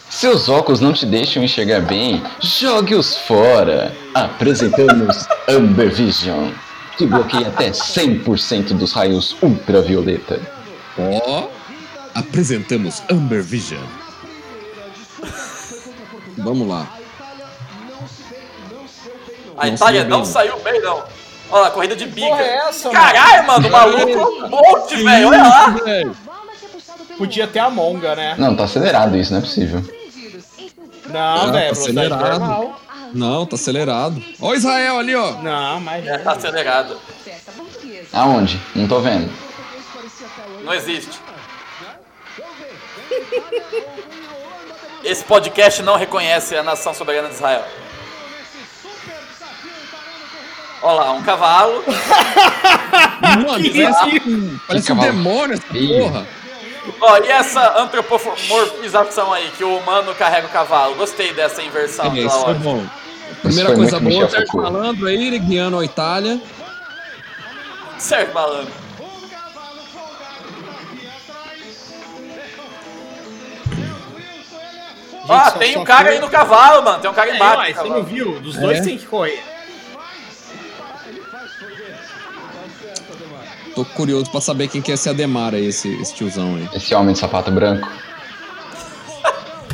Seus óculos não te deixam enxergar bem? Jogue-os fora! Apresentamos Amber Vision, que bloqueia até 100% dos raios ultravioleta.
Ó, apresentamos Amber Vision. Vamos lá.
A
Não
Itália
saiu bem,
não
não.
saiu bem, não. Olha lá, corrida de bica.
Porra, é essa, mano?
Caralho, mano, o maluco é um monte, velho. Olha lá.
Velho,
Val vai ser puxado pelo
Podia ter a monga, né?
Não, tá acelerado isso, não é possível.
Compreendidos. Em-
Não,
Ah,
velho,
tá
velocidade
acelerado.
normal.
Não, tá acelerado. Ó o Israel ali, ó.
Não, mas.
É, tá acelerado.
Festa portuguesa.
Aonde? Não tô vendo.
Não existe. Esse podcast não reconhece a nação soberana de Israel. Olha lá, um cavalo.
Mano,
tá
parece, um- parece um
cavalo.
demônio essa
Ih.
porra.
Ó, e essa antropomorfização aí, que o humano carrega o cavalo. Gostei dessa
tá
inversão.
É,
pela
isso foi
hora.
bom. Primeira
foi
coisa
muito
boa,
Michel
Sérgio
Foucault.
Malandro aí, ele guiando a Itália.
Certo, malandro. Ah,
só-
tem
só
um cara
foi-
aí no cavalo, mano. Tem um cara
É,
embaixo.
uai,
do
você
cavalo.
não viu? Dos dois
É.
tem que correr.
Tô curioso pra saber quem que é esse Ademar aí, esse, esse tiozão aí.
Esse homem de sapato branco.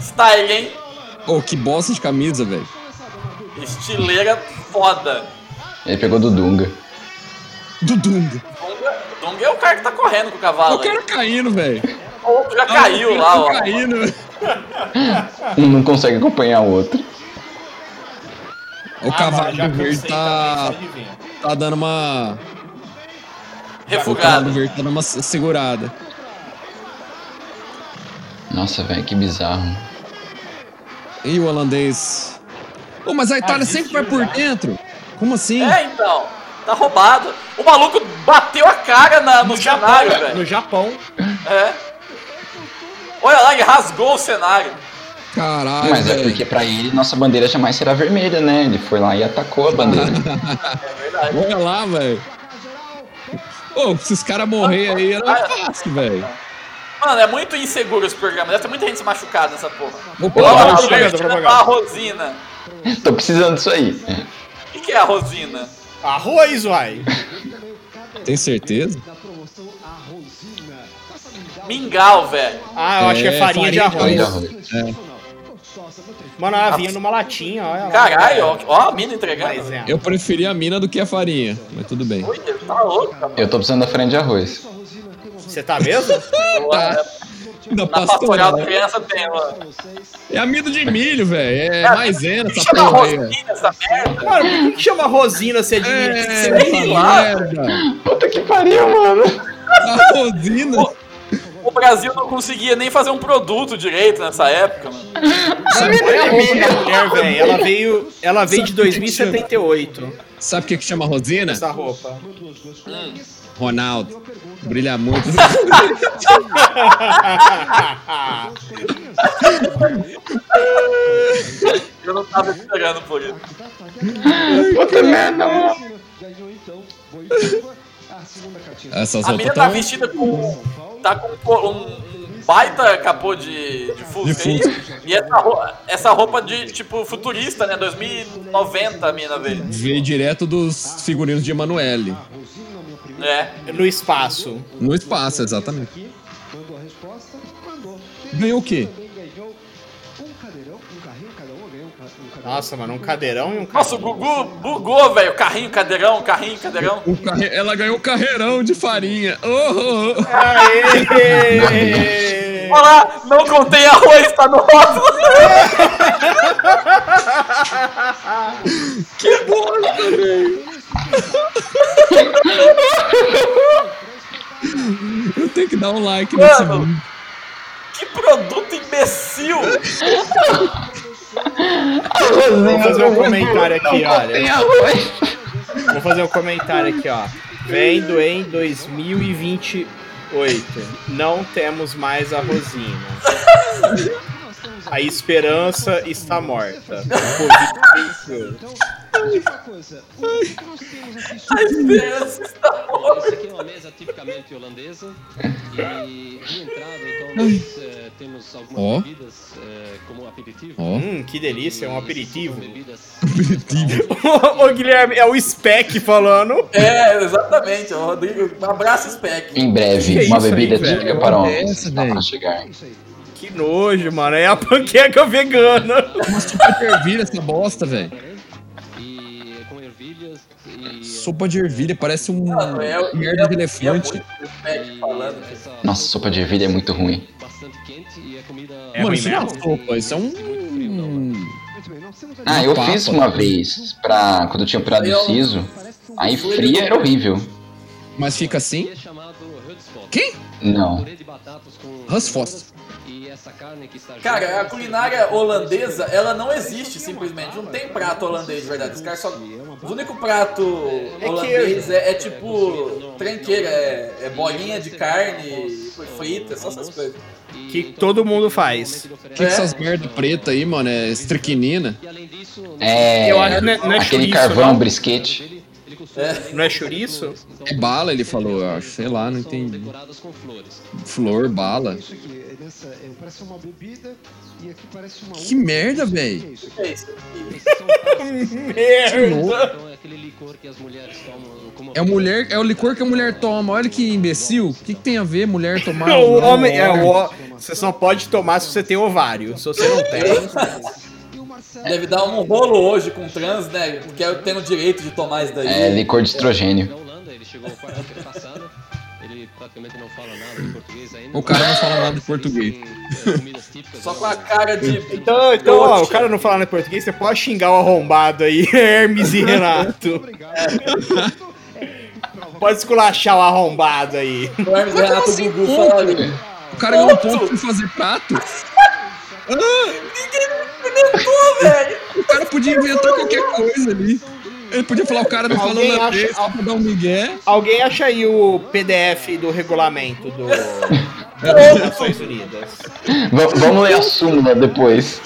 Style, hein?
Ô, que bosta de camisa, velho.
Estileira foda.
Ele pegou do Dunga.
Do Dunga.
Dunga, Dunga é o cara que tá correndo com o cavalo.
O cara caindo, velho.
O outro
Ah,
já caiu
O
lá,
cara
ó.
Caindo, velho.
Um não consegue acompanhar o outro.
O
Ah,
cavalo
já
do verde
cansei
tá,
também, só de ver.
tá dando uma. O cavalo
Refugado.
verde tá dando uma se- segurada.
Nossa, velho, que bizarro.
E o holandês? Ô, mas a Itália
disse
sempre vai por
jogar.
dentro. Como assim?
Ah, É, então. Tá roubado. O maluco bateu a cara na- no,
No Japão,
cenário, velho.
no Japão.
É. Olha lá, ele rasgou o cenário.
Caralho.
Mas é
velho.
porque pra ele nossa bandeira jamais será vermelha, né? Ele foi lá e atacou a bandeira.
É verdade.
Olha lá, velho. Ô, se os caras morrer aí, era fácil, velho.
Mano, é muito inseguro esse programa. Deve ter muita gente se machucada nessa porra.
Opa,
Olha lá,
propaganda,
o verde tirando
propaganda.
a rosina.
Tô precisando disso aí.
O que, que é a rosina?
Arroz, uai.
tem certeza?
Mingau, velho.
Ah, eu acho que
É,
é farinha, de arroz.
Farinha de arroz.
Mano, ela vinha numa latinha, olha lá.
Caralho, ó, ó a mina entregando.
Mas é.
Eu preferi a mina do que a farinha, mas tudo bem.
Olha, tá louco, cara.
Eu tô precisando da frente de arroz.
Você tá mesmo?
Da
Na pastoral
pastoral.
da criança tem, mano.
É amido de milho, velho. É maisena essa
Chama
porra aí. velho.
rosina essa merda.
Mano, por que que chama Rosina se é de
É,
milho?
nem lá.
essa merda.
Puta que pariu, mano.
A rosina.
O Brasil não conseguia nem fazer um produto direito nessa época, mano.
Olha é a roupa da mulher, velho. Ela veio, ela veio de 2078,
Sabe o que que chama rosina?
essa roupa.
Ronaldo. Brilha muito.
Eu não tava esperando por isso.
Puta merda, mano.
Essas
A mina
roupas
tá
tão...
vestida com. Tá com co- um, um baita capô de, de fusca aí. E essa roupa, essa roupa de, tipo, futurista, né? 2090 a mina veio.
Veio Então, direto dos figurinos de Emanuele.
É.
No espaço.
No espaço, exatamente. Ganhou o quê?
Nossa, mano, um cadeirão e um
Nossa, o Gugu bugou, velho. Carrinho, cadeirão, carrinho, cadeirão.
O carre- Ela ganhou o carreirão de farinha. Oh, oh,
Aê!
Olha lá, não contei arroz, tá no rótulo.
oh. Eu tenho que dar um like nesse
Mano.
vídeo.
Que produto imbecil!
Vou fazer um comentário aqui, olha.
Tem arroz.
Vou fazer um comentário aqui, ó. Vendo em 2028. Não temos mais a Rosina. A esperança está morta. O Covid venceu.
Uma coisa, o que nós temos aqui Isso aqui é uma mesa tipicamente holandesa e de entrada, então, nós eh, temos algumas
Ó.
bebidas eh, como aperitivo.
Ó.
Hum, que delícia, é um
E
aperitivo.
são Bebidas
Aperitivo.
Ô, Guilherme, é o Spec falando.
É, exatamente. O Rodrigo, um abraço, Spec.
Em breve,
Que
uma
isso aí,
bebida
velho?
típica para homens
Essa,
está
velho.
para chegar.
Isso aí.
Que nojo, mano. É a panqueca vegana.
Como sopa de ervilha essa bosta, velho?
E eh, com ervilhas e.
Sopa de ervilha, parece um
Mano, é- é-
merda de elefante.
É muito Spec falando. velho.
Nossa, sopa de ervilha é muito ruim.
Bastante quente e a comida.
É
Mano,
ruim
isso não é uma
mesmo?
sopa, isso é
Muito frio, não,
um...
mano. Muito bem, nós temos
Ah,
ali-
eu fiz uma vez pra quando eu tinha operado o siso.
parece que um-
Aí fria era horrível.
Mas fica assim?
é chamado Hudspot.
Quem?
Não.
Purê de batatas com
Hudspot.
E essa carne que está
Cara, a
junto-
culinária holandesa, ela não existe simplesmente. Não tem prato holandês de verdade. Os caras
É
só. O único prato
é
holandês é, é tipo tranqueira, é, é bolinha de carne frita, só essas coisas.
E, então um
Que todo mundo faz.
normalmente ele
É.
Que
oferece-
essas merda preta aí, mano, é estriquinina.
É. E além disso, no
É.
Eu acho que não é- não é
aquele
chouriço,
carvão
um
não.
brisquete.
dele, ele costuma
É.
também
Não é
fazer
chouriço?
flores, então-
É bala, ele falou, eu acho. Sei lá, não
São
entendi.
decoradas com flores.
Flor, bala.
Isso aqui, é nessa, é, parece uma bebida e aqui parece uma
Que
uva.
merda,
Não sei o
véi.
que é isso aqui.
É isso.
Esses são passos.
Merda.
Então é aquele licor que as mulheres tomam como
É a mulher, é o licor que a mulher toma. Olha que imbecil. O que, que tem a ver mulher tomar? um
O
ou não?
homem é o. ó- Você só pode tomar se você tem ovário. Se você não
é
tem.
E o Marcelo
Deve dar um rolo hoje com trans, né? Porque eu tenho o direito de tomar isso daí.
É licor de estrogênio.
da Holanda, ele chegou quarta-feira passada. Ele praticamente não fala nada de português ainda.
O cara não fala nada de português.
Tem, é, comidas típicas,
Só
né?
com a cara de.
Então, então ó, o cara não falando português, você pode xingar o arrombado aí, Hermes e Renato.
Obrigado.
Pode esculachar o arrombado aí.
O
Mas
Hermes Renato
como assim
Gugu
ponto?
fala,
O cara ganhou um ponto pra fazer prato.
velho.
O cara podia inventar qualquer coisa ali. Ele podia falar, o cara não falou
Alguém
holandês,
acha-
só pra dar um migué.
Alguém acha aí o PDF do regulamento do das Nações Unidas.
Va- vamos ler a súmula depois.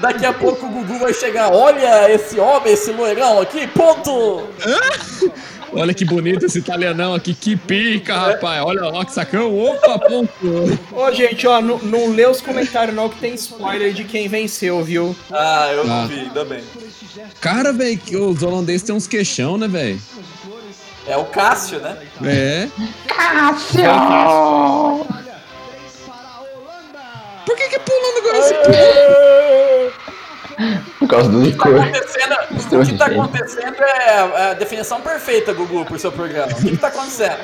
Daqui a pouco o Gugu vai chegar. Olha esse homem, esse loirão aqui, ponto!
Olha que bonito esse italianão aqui, que pica, rapaz. Olha lá que sacão. Opa, ponto.
Ô, gente, ó, não, não lê os comentários não que tem spoiler de quem venceu, viu?
Ah, eu
Ah.
vi, ainda bem.
Cara, velho, que os holandeses têm uns queixão, né, velho?
É o Cássio, né?
É. Por que que a Polônia ganhou esse
Por causa do
tá
licor.
acontecendo, o que tá acontecendo é a- a definição perfeita, Gugu, pro seu programa. O que, que tá acontecendo?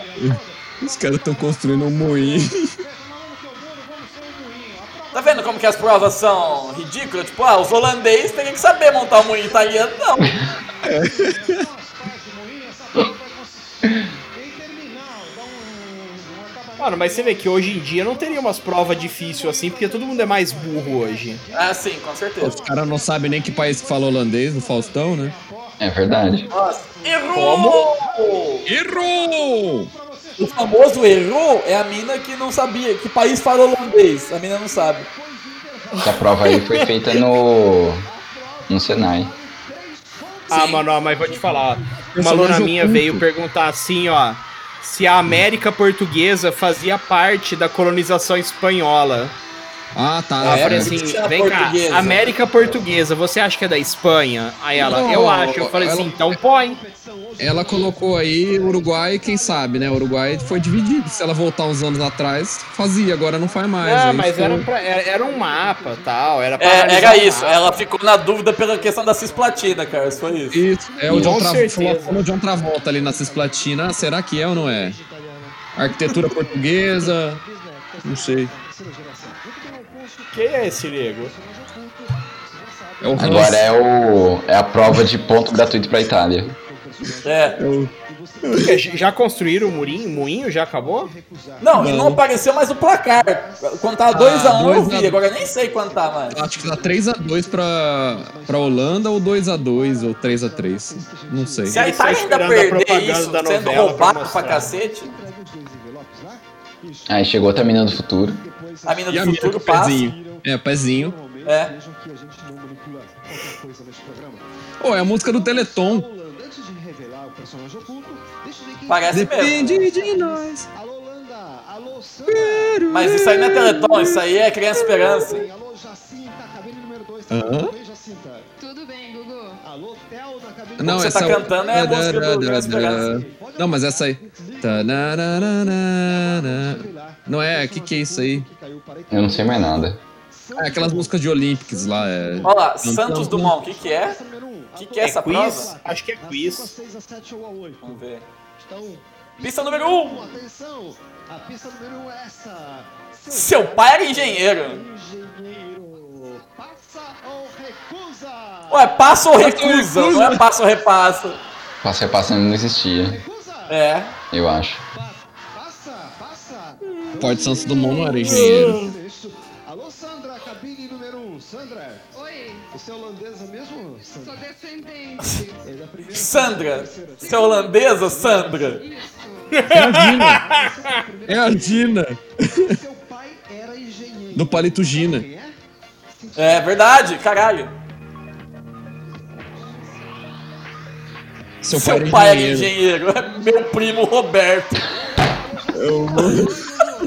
Os caras estão construindo um moinho.
Tá vendo como que as provas são ridículas? Tipo, ah, os holandeses teriam que saber montar um moinho italiano, não.
Mano, mas você vê que hoje em dia não teria umas provas difíceis assim, porque todo mundo é mais burro hoje.
Ah, sim, com certeza.
Os caras não sabem nem que país que fala holandês no Faustão, né?
É verdade.
Nossa, errou!
Errou!
O famoso errou é a mina que não sabia. Que país fala holandês? A mina não sabe.
Essa prova aí foi feita no. no Senai.
Ah,
Sim.
mano, ó, mas vou te falar. ó. Uma
Personagem
aluna minha
oculto.
veio perguntar assim, ó, se a América Portuguesa fazia parte da colonização espanhola.
Ah,
Ela
tá.
falou
é?
assim,
Isso é
vem cá,
portuguesa.
América Portuguesa, você acha que é da Espanha? Aí ela,
Não,
eu acho. Eu falei assim,
ela-
então põe.
Ela colocou aí Uruguai, quem sabe, né? Uruguai foi dividido. Se ela voltar uns anos atrás, fazia, agora não faz mais.
Ah,
Aí
mas
foi-
era, pra- era, era um mapa tal, era pra
É,
analisar um
era
o
isso.
mapa.
Ela ficou na dúvida pela questão da cisplatina, cara. Isso foi isso.
Isso, é o
Com
John, Trav...
certeza.
falou- falou John Travolta ali na Cisplatina. Ah, será que é ou não é? Arquitetura portuguesa. Não sei.
Quem é esse nego?
É o
Agora é o. é a prova de ponto gratuito pra Itália.
É.
Porque j- "É, Já construíram o murinho? Moinho? Já acabou?
Não, e não apareceu mais o placar. Quando tava 2x1,
Ah,
eu
dois a
um, vi.
dois.
Agora eu nem sei quanto tá mais.
Acho que tá 3x2 pra, pra Holanda ou 2x2 ou 3x3. Não sei.
Se é- a
Eles
Itália
estão
ainda
tá esperando a
perder
propaganda
isso,
da
sendo
novela pra
roubado pra
mostrar.
cacete,
Ah,
Aí chegou outra mina do futuro.
a mina
E
do
a mina com
futuro
o
passa.
pezinho. É, pezinho.
talvez
É.
vejam que a gente não manipula qualquer coisa neste programa. Então,
Pô, é a música do Teleton.
Holanda, antes de revelar o personagem oculto, deixa eu ver quem é.
Parece É assim mesmo.
Depende de nós.
Alô, Holanda! Alô, Sandra!
Mas isso aí não é Teleton, isso aí é Criança Esperança.
Bem, Alô, Jacinta, cabine número 2.
Hã?
Tudo bem, Jacinta?
Tudo bem, Gugu?
Alô, Thelda, cabine
Não,
você
essa...
tá cantando é a música do Grande Esperança.
Não, mas essa aí. Tá, Tananana. Não é? Que que é isso aí?
Eu não sei mais nada.
É aquelas músicas de Olympics lá. É...
Olha lá, Santos Dumont, o que que é?
O
que que Então é essa
quiz?
prova?
Acho que é quiz.
Vamos ver.
Então,
Pista número 1. Um.
atenção! A pista número 1 um é essa.
Seu pai era engenheiro.
Engenheiro, passa ou recusa?
Ué, passa ou recusa? Não é passa ou repassa.
Passa passa não existia,
Recusa?
É.
eu acho.
Pa- Passa, passa.
Forte Santos Dumont não era engenheiro.
Isso. Alô, Sandra, cabine número 1. Um. Sandra,
Oi,
você é holandesa mesmo?
sou
Sandra,
descendente.
é da primeira.
Sandra. Você é holandesa, Sandra?
Isso.
É a Dina. É a Dina.
Seu pai era engenheiro.
Do Palito Gina.
Quem é?
É verdade, caralho.
Seu
Seu
pai,
pai
é
era
engenheiro.
engenheiro. É meu primo Roberto.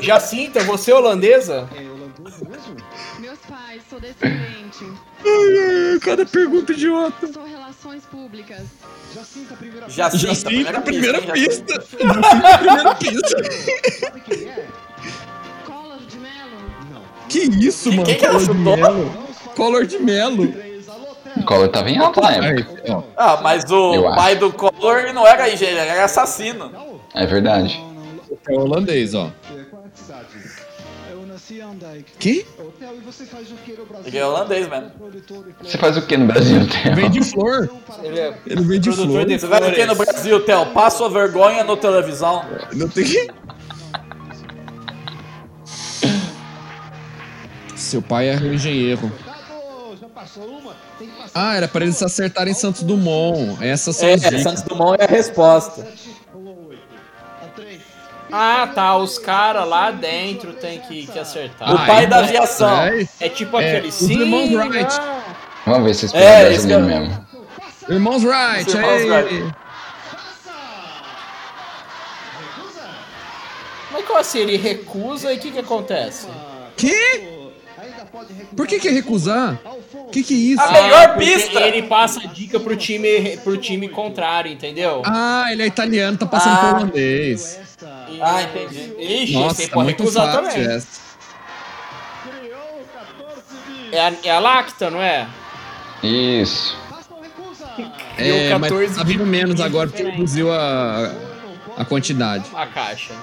Jacinta, você é holandesa?
É holandesa mesmo?
Meus pais, sou descendente.
é?
Cada pergunta idiota.
Sou relações públicas.
Jacinta, primeira
Já tá
pista.
Já sei a primeira
hein, tá Jacinta?
pista. Já sei a primeira pista.
Sabe quem é?
Collor de Mello?
Que isso,
Que-
mano?
quem que ela
Collor de
chutou?
Mello.
Vamos para
Collor de Mello.
três. Alô,
O Collor tava em alta na
Ai,
época.
É, ó.
Ah, mas
Eu
o
acho.
pai do Collor ele não era engenheiro, ele era assassino.
Theo.
É verdade.
É holandês, ó.
É, Qual é a cidade? Eu nasci em Andijk.
Que?
Ô, Theo, e você faz o que no Brasil?
Ele é holandês mesmo.
Produtor e
Você faz o que no Brasil,
Vem
Theo?
de flor.
Ele é
Ele vem de flor.
produtor de
Você vai ver
flores.
que no Brasil, Theo, passa a vergonha no televisão.
Não tem que. Seu pai é engenheiro.
Acabou, já passou uma, tem que passar
Ah, era pra eles acertarem em Santos Dumont. Essas são
É,
as dicas.
Santos Dumont é a resposta.
sete ou oito. A três.
Ah, tá. Os caras lá dentro tem que, que acertar.
O
Ah,
pai
é?
da aviação.
É,
É tipo
É,
aquele
os
sim.
irmãos Wright.
ah.
Vamos ver se esse
É,
é
esse
brasileiro
cara-
mesmo.
Irmãos Wright, é
Os irmãos
aí.
Mas qual assim? Ele recusa e o que que acontece?
Que?
Ainda pode recusar.
Por que que é recusar? Que que é isso?
Ah.
A melhor
porque
pista.
Ele passa a dica pro time, pro time contrário, entendeu?
Ah, ele é italiano, tá passando
Ah.
por holandês.
Essa
Ah, entendi.
Ixi,
Nossa,
você pode
muito
recusar
fácil
também.
essa.
criou 14 mil.
É a, é a Lacta, não é?
Isso.
Passa ou recusa?
É,
Deu
mas
14
tá vindo menos agora porque
é diferente.
reduziu a, a quantidade.
A caixa.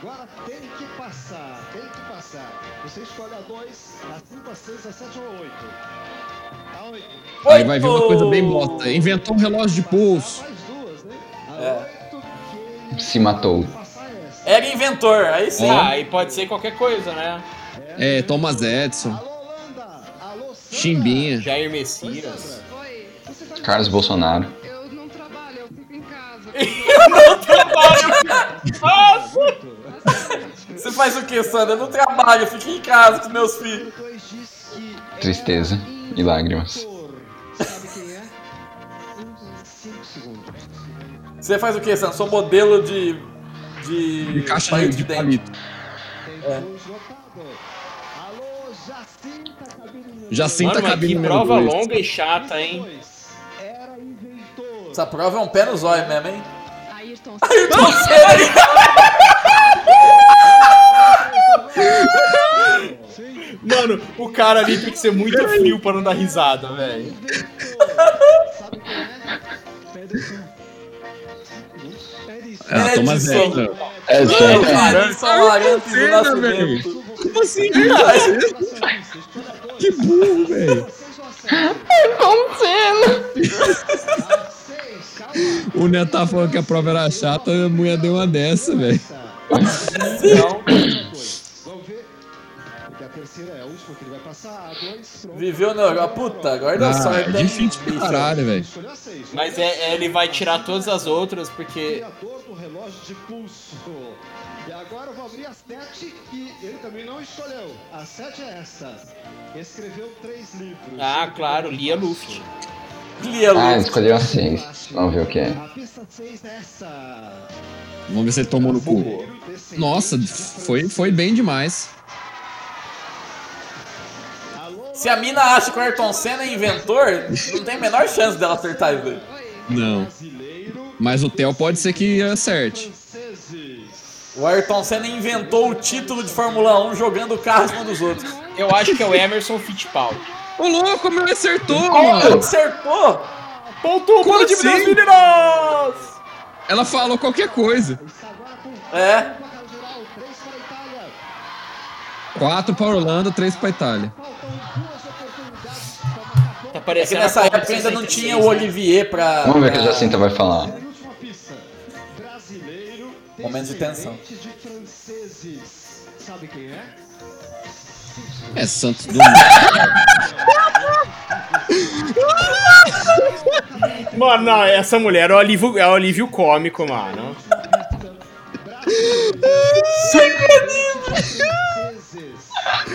Agora tem que passar, tem que passar. Você escolhe a 2, a 5, a 6, a 7 ou 8. A 8.
Aí vai vir uma coisa bem bosta. Inventou um relógio de pulso.
Mais duas, né?
É.
A 8 que ele
Se matou.
passar é essa.
Era inventor, aí sim.
Ah, e pode ser qualquer coisa, né?
É, Thomas Edison,
Alô, Holanda! Alô, Sandra!
Chimbinha.
Jair Messias.
Oi, você faz...
Carlos Bolsonaro.
Eu não trabalho, eu fico em casa.
é um
Você faz o que, Sandra? Eu não trabalho, eu fico em casa com meus filhos.
Dois diz que um é
Tristeza e lágrimas.
ator. Sabe quem é?
Um,
Em cinco segundos.
Você faz o que, Sandra? Sou modelo de. de.
de um caixa de palito.
Tem
É.
dois votados. Alô, Jacinta Cabine número
Jacinta
Mano, mas
cabine
que
número
prova
dois.
longa e chata, hein?
dois. Era inventor.
Essa prova é um pé no zóio mesmo, hein?
Ayrton,
Mano, o cara ali tem que ser muito frio pra não dar risada, velho.
Sabe quem é? Pederson. Pederson.
né,
Ah, Thomas
Edison.
Edison.
É
Não,
sério.
cara, eles são laranjas do
Cena,
nascimento.
velho. Como assim? Que burro, velho. O Neto tá falando que a prova era chata, a mulher deu uma dessa, velho.
Vamos ver. Porque a terceira é a última que ele vai passar. A dois, pronto.
Viveu na Europa. Puta, agora deu
Ah,
sorte. né?
é difícil pra caralho, velho.
Escolheu a seis.
Mas é, é, ele vai tirar todas as outras, porque
Criador do relógio de pulso. E agora eu vou abrir a 7, que ele também não escolheu. A 7 é essa. Escreveu três livros.
Ah, claro, Lia Luft.
Lia
Ah,
Luft.
escolheu a 6. Vamos ver o que é.
A pista 6 é essa.
Vamos ver se ele tomou no cu. Nossa, foi, foi bem demais.
Se a mina acha que o Ayrton Senna é inventor, não tem a menor chance dela acertar isso. daí.
Não. Mas o Theo pode ser que acerte.
O Ayrton Senna inventou o título de Fórmula 1 jogando o carro em cima dos outros.
Eu acho que é o Emerson Fittipaldi.
Ô louco, meu acertou,
Como
mano.
acertou? Pontou o
Como
bolo de
assim?
meus meninos!
Ela falou qualquer coisa.
É,
Quatro pra Orlando, três pra Itália.
Tá
é que
parecendo
nessa
a Copa
época ainda não
66,
tinha o
né?
Olivier pra.
Vamos ver o que o
assim,
pra-
Jacinta vai falar.
Última pista. Brasileiro.
Momento de tensão.
descendente de franceses. Sabe quem é?
É Santos Dumont.
Mano, não, essa mulher é o alívio, é o alívio cômico, mano.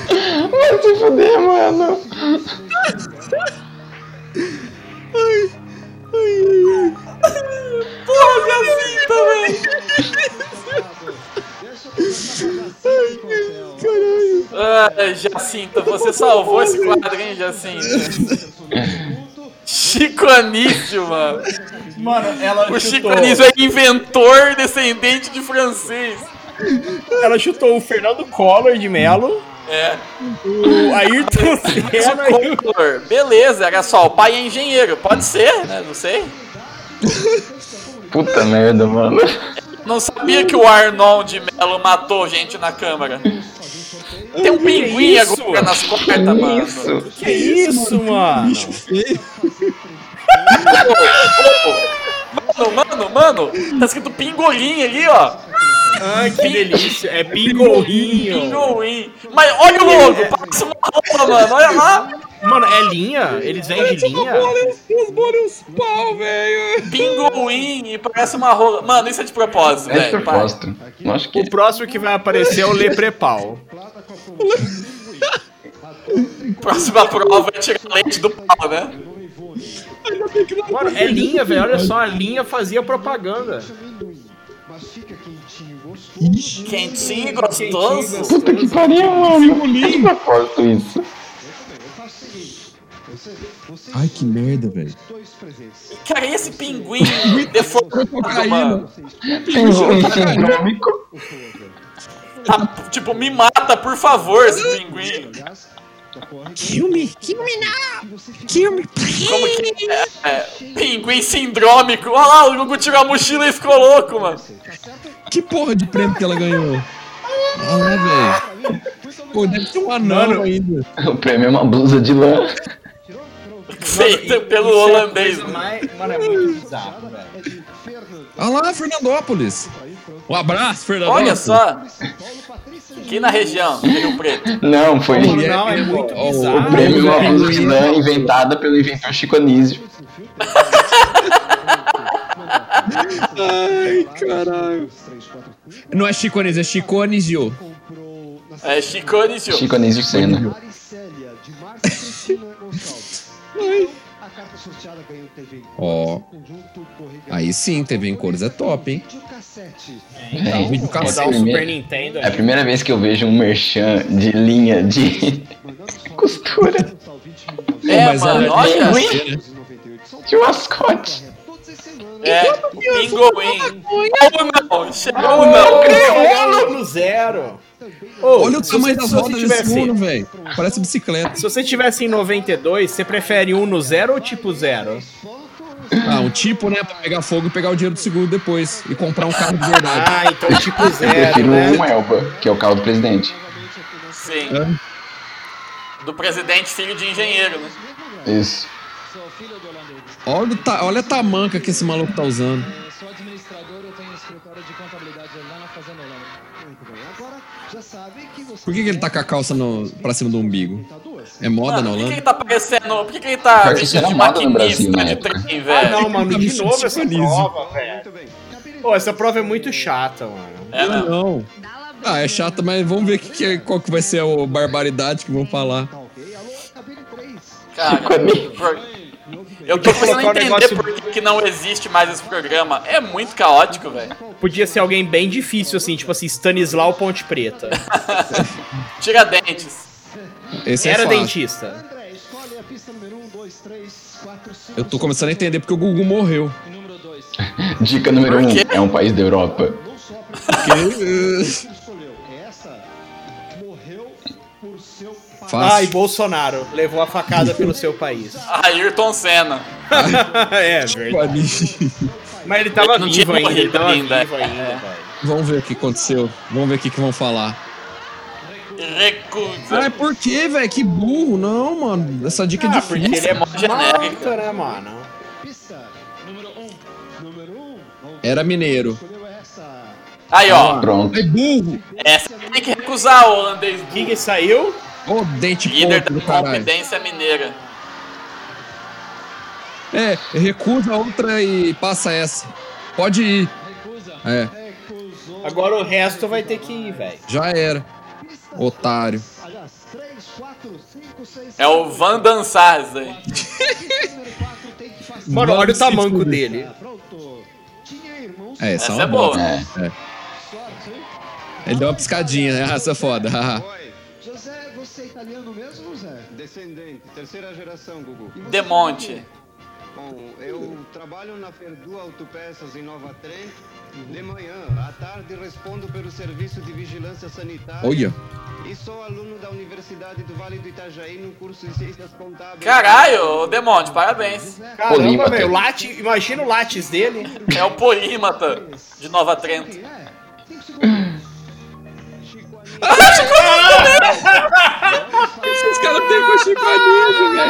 Vai se fuder, mano.
Ah, Jacinta, você salvou esse quadro, hein, Jacinta? Chico Anísio, mano.
Mano, ela
O Chico
chutou,
Anísio é inventor descendente de francês.
ela chutou o Fernando Collor de Melo,
É.
o Ayrton Senna e o...
Collor. Beleza, era só, o pai é engenheiro. Pode ser, né? Não sei.
Puta merda, mano.
Não sabia que o Arnon de Melo matou gente na câmara. Tem um pinguim
isso?
agora nas quartas, mano.
Isso.
Que isso, mano?
Mano, mano, mano. Tá escrito pingolim ali, ó.
Ah, que delícia, é pingolinho.
Pingolim. Mas olha o logo, parece uma roupa, mano. Olha lá.
Mano, é linha? Eles vêm de linha?
Os Borus pau, velho.
Pinguim e parece uma rola. Mano, isso é de propósito,
É de
velho. para.
propósito. Não acho que
O próximo que vai aparecer é o Leprepau.
Próxima prova é tirar leite do pau, né?
Mano, é linha, velho. Olha só, a linha fazia propaganda.
Mas fica quentinho, gostoso.
Quentinho e gostoso.
Puta que pariu, mano. É de propósito isso.
Eu faço o seguinte. Você, você
Ai, que merda, velho.
dois presentes.
Cara, é esse pinguim Tá deformado, mano.
Econômico.
Tá, tipo, me mata, por favor, esse pinguim.
Aliás, decorre
Kill me, kill me
que você fica
kill me.
Como que é? é pinguim sindrômico. Olha lá, o Gugu tirou a mochila e ficou louco, mano.
Que porra de prêmio que ela ganhou? Ah, velho. Pô, deve ser um anão
Mano.
ainda.
O prêmio é uma blusa de lã.
Feita pelo
Isso é
holandês.
coisa
né?
mais- Mano, é muito bizarro, velho.
Olha lá, Fernandópolis. Um abraço, Fernandópolis.
Olha só. Aqui na região, Rio Preto.
Não, foi.
Mano, não, é muito
Ó,
O
bizarro.
prêmio é uma
velho.
blusa de lã inventada pelo inventor Chico Anísio.
Ai, caralho. Não é Chicones, é Chiconesio.
Comprou na
É Chicone, tio.
Chico Anísio Senna.
Maricélia, de Márcia Cristina Gonçalves. Então, A carta sorteada ganhou TV em
Ó.
conjunto, corrigado.
Aí sim, TV em cores é top, hein?
Videocassete.
É,
vídeo
Vou
cassete.
dar um Super Nintendo
É a
aí.
primeira vez que eu vejo um merchan de linha de costura
um
É,
mas
mano,
ela-
olha.
de mascote.
É,
tá
o pinguim. Ou não, chegou ou não.
é Crioulo no zero. Ô,
Olha o
se
tamanho
você-
das
se você
rodas desse
tivesse-
mundo, velho. Parece bicicleta.
Se você tivesse em 92, você prefere um no zero ou tipo zero?
Ah, um tipo, né? Pra pegar fogo e pegar o dinheiro do seguro depois. E comprar um carro de verdade.
Ah, então tipo
Eu
zero,
prefiro
né?
um Elba, que é o carro do presidente.
Sim. Do presidente filho de engenheiro, né?
Isso.
Sou filho do holandês.
Olha, o ta- olha a tamanca que esse maluco tá usando.
É, Sou administrador, eu tenho um escritório de contabilidade lá na Fazenda Holanda.
Agora já sabe que você
Por que, que
é
ele tá com a calça no, pra cima do umbigo? É moda na
Mano, por que que
Holanda?
ele tá parecendo. Por que que ele tá
Pior que isso era
de
moda no Brasil,
maquinista
na
de
época.
trem,
Ah,
velho?
tipo
não, mano, de novo essa
Chicanismo.
prova, velho. Pô, essa prova é muito chata, mano.
É, não. Ah, é chato, mas vamos ver que que é- qual que vai ser a barbaridade que vão falar.
Cara, por- eu tô
Deixa eu
começando a
colocar um
entender
negócio-
por que que não existe mais esse programa. É muito caótico, velho.
Podia ser alguém bem difícil, assim, tipo assim, Stanislau Ponte Preta.
Tira dentes.
Esse é
Era
fácil.
dentista.
Eu tô começando a entender porque o Gugu morreu.
Dica número
Por
1: um,
quê?
é um país da Europa.
Porque, eh,
Ai,
Fácil.
Bolsonaro levou a facada pelo seu país.
Ayrton Senna.
é, verdade. Mas ele tava
Ele não
vivo
tinha
ainda, ele
morrido
tava
ainda.
vivo ainda, velho.
Vamos ver o que aconteceu. Vamos ver o que, que vão falar.
Recusa.
Ai, por que, velho? Que burro. Não, mano. Essa dica é
Ah,
difícil.
porque ele é mó
genérico.
né, mano?
Era mineiro.
Aí, ó.
Pronto.
Ai, burro.
Ah.
Essa tem que recusar o holandês
O que que saiu?
Ô, dente
líder
podre
da
do caralho.
Inconfidência Mineira.
É, recusa a outra e passa essa. Pode ir. É,
Agora o resto vai ter que ir, velho.
já era. Otário.
É o Van Dançar, isso aí.
Mano, olha
Vamos
o tamanco
se
dele.
É,
Essa
essa
é boa.
É.
Ele deu uma piscadinha, né? Ah, essa é foda. haha.
José, você é italiano mesmo, José?
Descendente, terceira geração, Gugu.
Demonte.
Bom, eu trabalho na Perdu Autopeças em Nova Trento. De manhã, à tarde respondo pelo Serviço de Vigilância Sanitária
Olha.
e sou aluno da Universidade do Vale do Itajaí no curso de Ciências Contábeis.
Caralho, ô Demonte, parabéns.
Caramba,
Polímata.
velho. o Late, imagina o Lattes dele.
É o Polímata de Nova Trento.
Os caras têm com Chico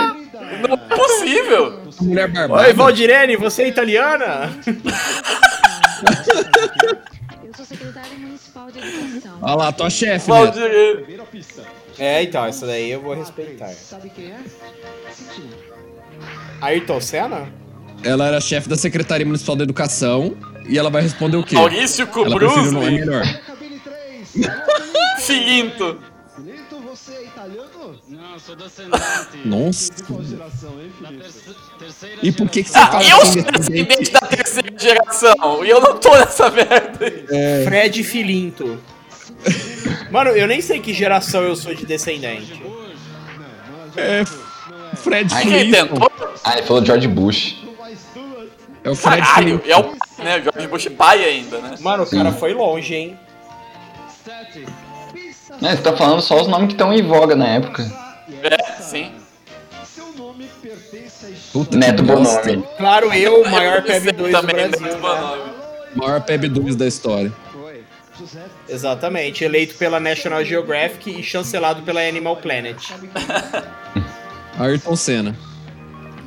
Anísio, velho.
Possível.
A Mulher barbada.
Oi, Valdirene, você é italiana?
Eu sou secretária municipal de educação.
Olha lá, tua chefe, Neto.
Valdir.
É, então, essa daí eu vou respeitar.
Sabe quem é?
Ayrton Senna?
Ela era chefe da Secretaria Municipal da Educação e ela vai responder o quê?
Maurício
Ela prefere não é
Cubruzzi.
melhor.
Cabine 3.
Filinto.
Lito, você é italiano?
Não, sou descendente.
Nossa.
Geração, hein,
Da
Felipe?
ter- terceira
E por que que você
geração.
fala
Eu
assim
sou
desse
descendente da terceira geração e eu não tô nessa merda. aí.
Fred Filinto. Mano, eu nem sei que geração eu sou de descendente.
É Fred
Ai,
Quem
Flintstone.
tentou?
Ah, ele falou George Bush.
É o Fred
Caralho,
Flintstone.
e é o né, George Bush pai ainda, né?
Mano, o cara foi longe, hein?
Sete.
Não, você tá falando só os nomes que estão em voga na época.
É, sim.
Seu nome pertence à
Puta
Neto
que bosta.
Bonomi.
Claro, eu, o maior PEB2 do
Também,
Brasil.
muito
né?
bom nome.
Maior PEB2 da história.
Exatamente, eleito pela National Geographic e chancelado pela Animal Planet.
Ayrton Senna.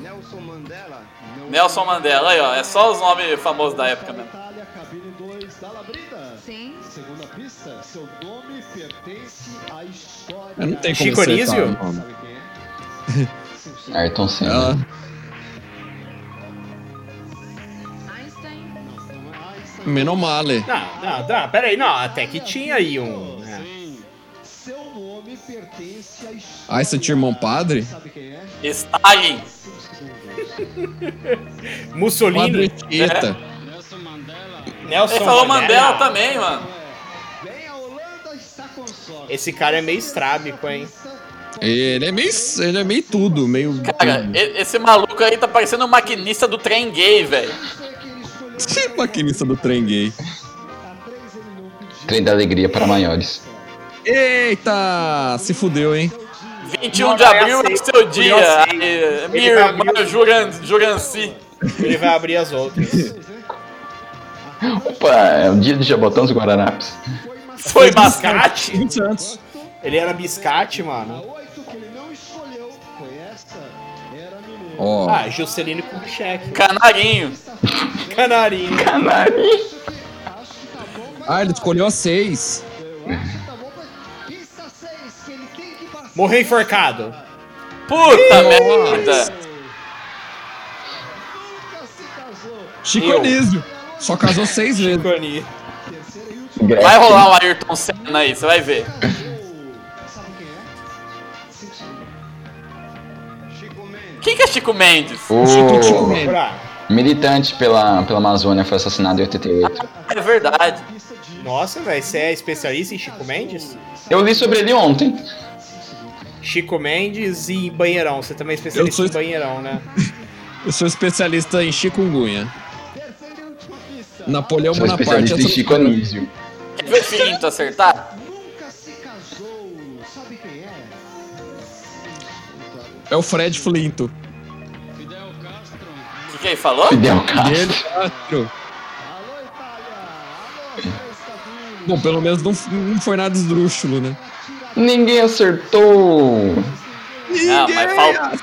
Nelson Mandela.
Nelson Mandela, aí ó, é só os nomes famosos da época mesmo.
Itália, cabine 2 da Labrida.
Sim.
Segunda pista, seu nome pertence à história.
Eu não tem como
Chico
acertar
Anísio?
o nome.
Sabe quem é?
Ayrton Senna.
Ela-
Einstein.
Menomale.
Não, não, não, peraí, não, até que tinha aí um. né?
Seu nome pertence à história.
Ah, esse tinha irmão padre?
Sabe quem é?
Stalin.
Mussolini,
Padrecheta.
Nelson Mandela.
Nelson.
Ele falou Mandela também, mano.
Bem, a Holanda está com sorte.
Esse cara é meio estrábico, hein?
Ele é meio. Ele é meio tudo, meio.
Cara, e- esse maluco aí tá parecendo um maquinista do trem gay, velho.
Que maquinista do trem gay.
Trem da alegria para maiores.
Eita! Se fudeu, hein?
21 de abril é tá o seu dia. aí, Minha
Ele vai
irmã
abrir-
Juran, Juranci.
Ele vai abrir as outras.
Opa, é o dia de Jabotão dos Guararapes.
Foi mascate.
Biscate?
20 anos.
Ele era biscate, mano.
Oito que ele não escolheu foi essa. Era mineiro.
Ó.
Ah, Juscelino Kubitschek.
Canarinho.
Canarinho.
Acho que tá bom, mas
Ah, ele escolheu a 6.
tá bom. Mas... Pista 6, que ele tem que passar.
Morreu enforcado.
Puta merda.
Nunca se casou.
Chico Anísio. Só casou seis vezes.
Coni.
Gretchen.
Vai rolar um Ayrton Senna aí, você vai ver. Quem que é Chico Mendes?
O militante pela, pela Amazônia foi assassinado em 88.
É verdade.
Nossa, velho, você é especialista em Chico Mendes?
Eu li sobre ele ontem.
Chico Mendes e banheirão. Você também é especialista
Eu sou-
em banheirão, né?
Eu sou especialista em chikungunya. Napoleão
Sou
Bonaparte.
especialista em
essa-
Chico Anísio.
Quer ver o filhinho tu acertar?
É o Fred Flinto.
O que, que ele falou?
Fidel Castro.
Fidel Castro. Bom, pelo menos não, f- não foi nada esdrúxulo, né?
Ninguém acertou.
Não, mas falta.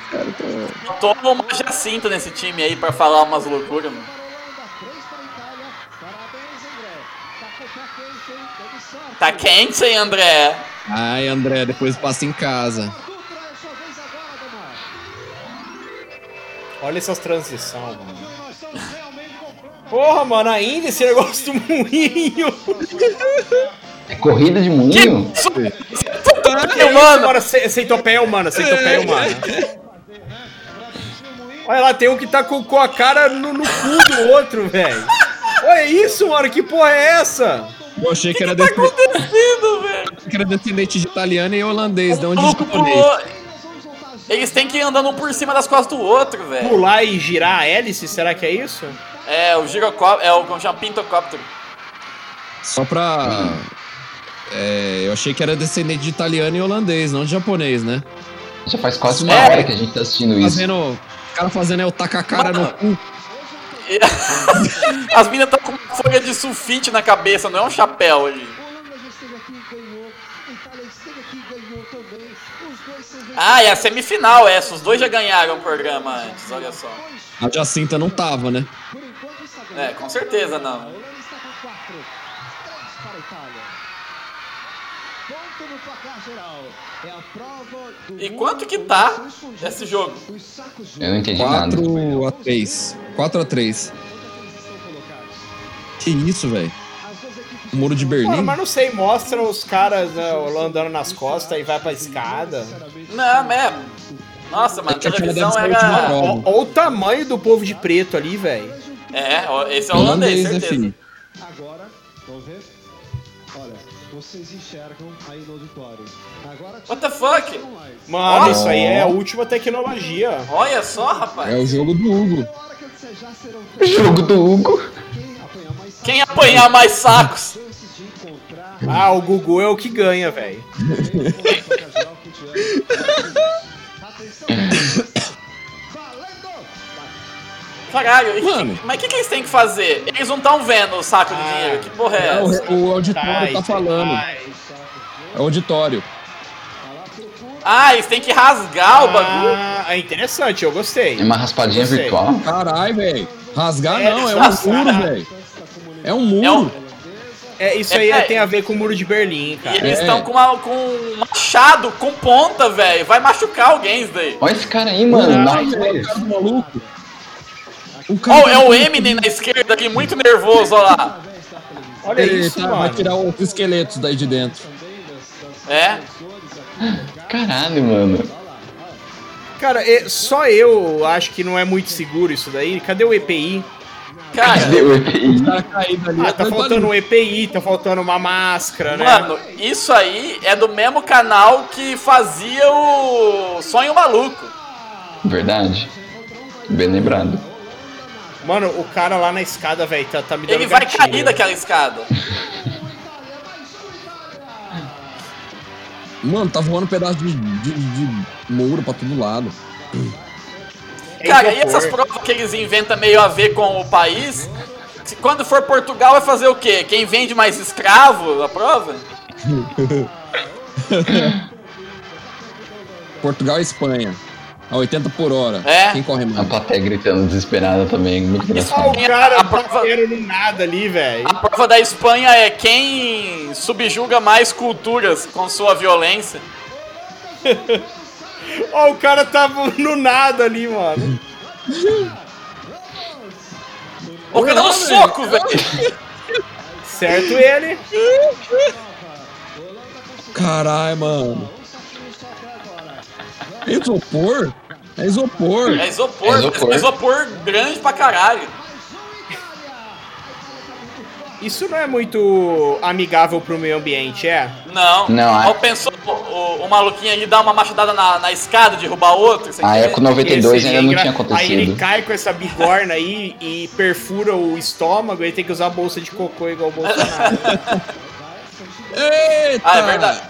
Faltou uma Jacinta nesse time aí pra falar umas loucuras, mano. Tá quente, hein, André?
Ai, André, depois passa em casa.
é
Olha essas transições, mano. Porra, mano, ainda esse negócio do moinho.
É corrida de moinho?
Que mano? um Agora, ce- centopeia humana,
É.
centopeia humana. Olha lá, tem um que tá com, com a cara no, no cu do outro, velho. Olha isso, mano, que porra é essa?
Eu achei que, era, descendente-
Acontecido, velho.
que era descendente de italiano e holandês, não
O
de
maluco
japonês.
pulou. Eles têm que ir andando um por cima das costas do outro, velho.
Pular e girar a hélice, será que é isso?
É o girocóptero, é o como chama pintocóptero.
Só pra. É, eu achei que era descendente de italiano e holandês, não de japonês, né?
Já faz quase uma
É.
hora que a gente tá assistindo isso.
Fazendo. O cara fazendo é o taca a cara no cu.
As minas estão com uma folha de sulfite na cabeça, não é um chapéu ali. Ah, é a semifinal essa. Os dois já ganharam o programa antes, olha só.
A Jacinta não tava, né?
É, com certeza não.
É
E quanto que tá esse jogo?
Eu não entendi nada.
4 a 3 4 a 3 Que isso, velho? O muro de Berlim?
Mano, mas não sei, mostra os caras né, lá andando nas costas e vai pra escada.
Não, mesmo. Nossa, mano, a
É que aquela
televisão
deve ser a última
era.
prova.
Ó, ó o tamanho do povo de preto ali, velho.
É, ó, esse é o holandês,
né,
certeza.
filho?
Agora, vamos ver? Olha, vocês enxergam aí no auditório. Agora,
What the fuck?
Mano,
Ó.
isso aí é a última tecnologia.
Olha só, rapaz.
É o jogo do Hugo.
Jogo do Hugo.
Quem apanhar mais sacos?
Ah, o Gugu é o que ganha, velho.
Caralho, e que-
Mano.
mas o que, que eles têm que fazer? Eles não estão vendo o saco do dinheiro. Que porra é
É,
essa?
o, o auditório tá falando. É o auditório.
Ah, eles têm que rasgar o bagulho.
Ah, é interessante, eu gostei.
É uma raspadinha
Gostei.
virtual?
Caralho, velho. Rasgar
É,
não, é
nossa,
um muro,
caralho.
velho. É um
É um-
muro.
É, isso
É,
aí
é.
tem a ver com o muro de Berlim,
E
cara.
eles
É.
estão com, uma- com um machado com ponta, velho. Vai machucar alguém isso daí.
Olha esse cara aí, mano. Dá
Caralho, velho, cara do maluco. O
Oh,
cara
é o Eminem na esquerda aqui, muito nervoso, olha lá.
Olha
Ele
isso,
tá, vai
mano.
tirar os esqueletos daí de dentro.
É?
um- Caralho, mano.
Cara, é- só eu acho que não é muito seguro isso daí. Cadê o EPI?
Cara,
Cadê o EPI?
O cara caído ali.
Ah, tá
atrás do
faltando
ali.
um EPI, tá faltando uma máscara, né?
mano, isso aí é do mesmo canal que fazia o Sonho Maluco.
Verdade. Bem lembrado.
Mano, o cara lá na escada, velho, tá, tá me dando
um
Ele vai
gatilho.
cair daquela escada.
Mano, tá voando um pedaço de, de, de muro pra todo lado.
É
Cara, e
isopor.
essas provas que eles inventam meio a ver com o país? Se quando for Portugal, vai fazer o quê? Quem vende mais escravo a prova?
Portugal e Espanha. A 80 por hora.
É.
Quem corre
A
mais?
plateia gritando desesperada também. Muito
Ó,
engraçado.
o cara
A prova-
batendo no nada ali, velho.
A prova da Espanha é quem subjuga mais culturas com sua violência.
Ó, o cara tá no nada ali, mano.
O cara dando soco, velho.
Certo ele.
Caralho, mano. É isopor? É isopor.
É isopor, é
É isopor.
isopor. grande pra caralho.
Isso não é muito amigável pro meio ambiente, é?
Não.
Não, é-
Ou pensou o, o- o maluquinho ali dá uma machadada na, na escada, derrubar outro? você
A
entende?
Eco 92
Esse
ainda não
engra-
tinha
Aí ele
acontecido.
cai com essa bigorna aí e perfura o estômago e tem que usar bolsa de cocô igual o Bolsonaro.
Eita!
Ah, é verdade.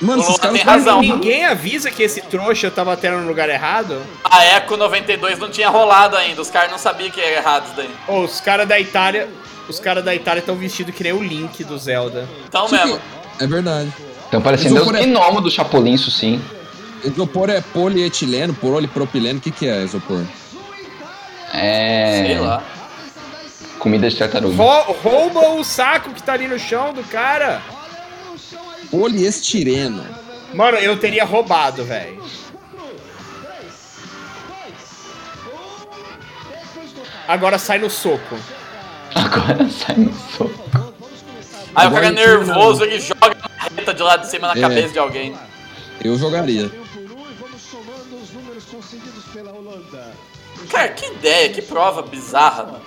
Mano, esses
Lula
caras
tem
tão-
razão.
Ninguém avisa que esse trouxa tá batendo no lugar errado?
A Eco 92 não tinha rolado ainda, os caras não sabiam que era errado isso daí.
Ô, os caras da Itália. Os caras da Itália estão vestidos que nem o Link do Zelda.
Então mesmo.
É verdade.
Então parecendo os
Isopor é-
gnomos do Chapolin, isso sim.
Isopor é polietileno, polipropileno, o que, que é isopor?
É.
Sei lá.
Comida de tartaruga.
Rou- rouba o saco que tá ali no chão do cara.
Poliestireno.
Mano, eu teria roubado, velho. Agora sai no soco.
Agora sai no soco.
Aí o
Agora
cara
ele tira
nervoso, ele joga a marreta de lá de cima na
É.
cabeça de alguém.
Eu jogaria.
Cara, que ideia, que prova bizarra, mano.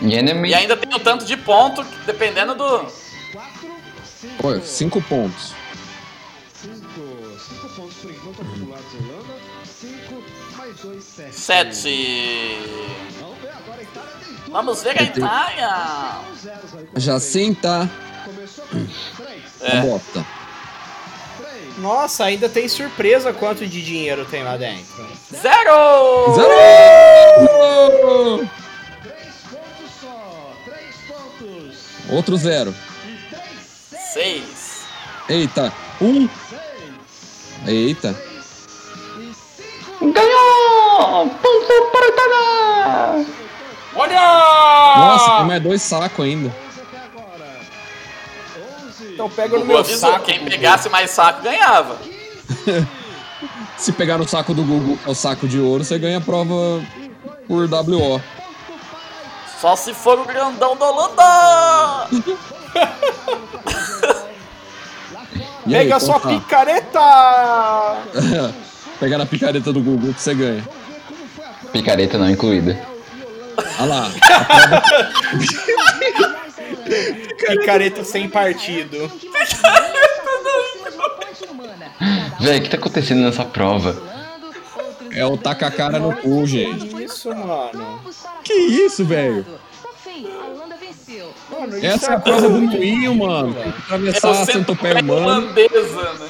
Um
E ainda é meio-
E ainda tem um tanto de ponto, que dependendo do.
Pô, cinco pontos.
Sete. Vamos ver a Itália.
Jacinta
É.
Mota.
Nossa, ainda tem surpresa quanto de dinheiro tem lá dentro.
Zero!
Zero! Outro zero.
Seis.
Eita. Um. Eita.
Ganhou! Ponto para o Itália!
Ah!
Nossa, tem mais dois sacos ainda. é
Então pega
O
no meu
Gugu avisou,
saco.
quem pegasse mais saco ganhava.
Se pegar o saco do Google, que é o saco de ouro, você ganha a prova por WO.
Só se for o grandão da Holanda!
E aí,
Pega
então
sua
tá.
picareta!
Pegar na picareta do Google que você ganha.
Picareta não incluída.
Olha lá.
é,
Picareta sem partido.
é
Véi, o que tá acontecendo nessa prova?
É o taca a cara no cu, gente.
Que isso, mano?
Que isso, velho?
Por fim, Tá a Holanda venceu.
Mano, isso
Essa é a prova do moinho, mano. Atravessar
É
Eu
a
sento
centopéia
pé
humana.
É holandesa, né?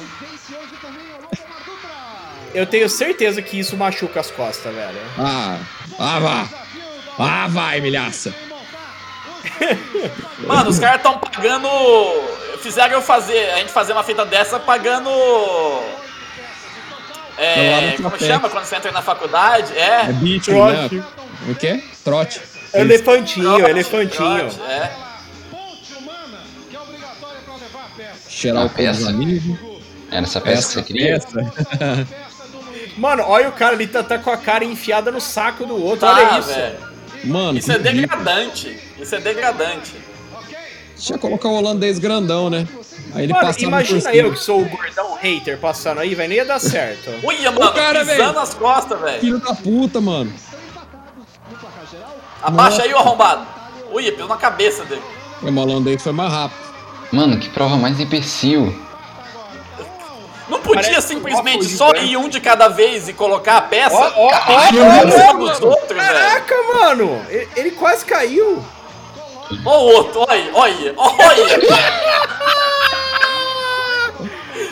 Eu tenho certeza que isso machuca as costas, velho.
Ah, ah, vá. Ah, vai, milhaça.
Mano, os caras tão pagando. Fizeram eu fazer, a gente fazer uma fita dessa pagando.
Não, lá
É.
no
Como
café.
chama quando você entra na faculdade?
É
É.
beat, né?
Trote.
O quê? Trote.
Elefantinho,
trote,
elefantinho.
trote, É.
Cheirar o cu dos
Essa.
amigos.
Era essa peça que você queria?
Mano, olha o cara ali, tá, tá com a cara enfiada no saco do outro. Então olha
Tá,
isso.
velho.
Mano,
Isso é
que ridículo.
degradante. Isso é degradante.
Deixa eu colocar o holandês grandão, né? Aí ele
Mano,
passava por
imagina
cima.
eu que sou o gordão hater passando aí, velho. Nem ia dar certo.
Uia, mano,
cara,
pisando
velho.
as costas, velho.
Filho da puta, mano.
Abaixa aí o arrombado. Uia, pisou na cabeça dele.
Foi, mas O holandês foi mais rápido.
Mano, que prova mais imbecil.
Não podia
Parece
simplesmente
um copo
só
gigante.
ir um de cada vez e colocar a peça?
Ó, ó,
Caralho,
ó,
um em
ó,
cima
mano.
dos outros, velho.
Caraca, mano! Ele, ele quase caiu.
Ó o outro, olha, olha, olha.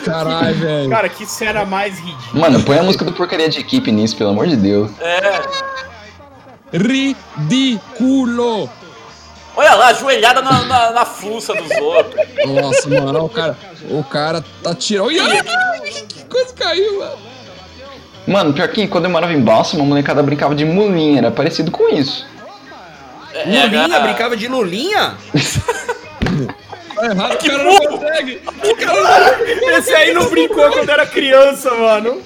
Caralho, velho.
Cara, que cena mais ridícula.
Mano, põe a música do porcaria de equipe nisso, pelo amor de Deus.
É.
Ridículo.
Olha lá, ajoelhada na, na, na fuça dos outros.
Nossa, mano, ó, o cara, o cara tá tirando. Ih, ai, ai, Que coisa caiu, mano.
Mano, pior que quando eu morava em Balsa, uma molecada brincava de mulinha, era parecido com isso.
É,
Lulinha,
cara.
brincava de Lulinha?
Tá errado,
Que
o cara não
burro.
consegue.
Esse aí não brincou quando era criança, mano.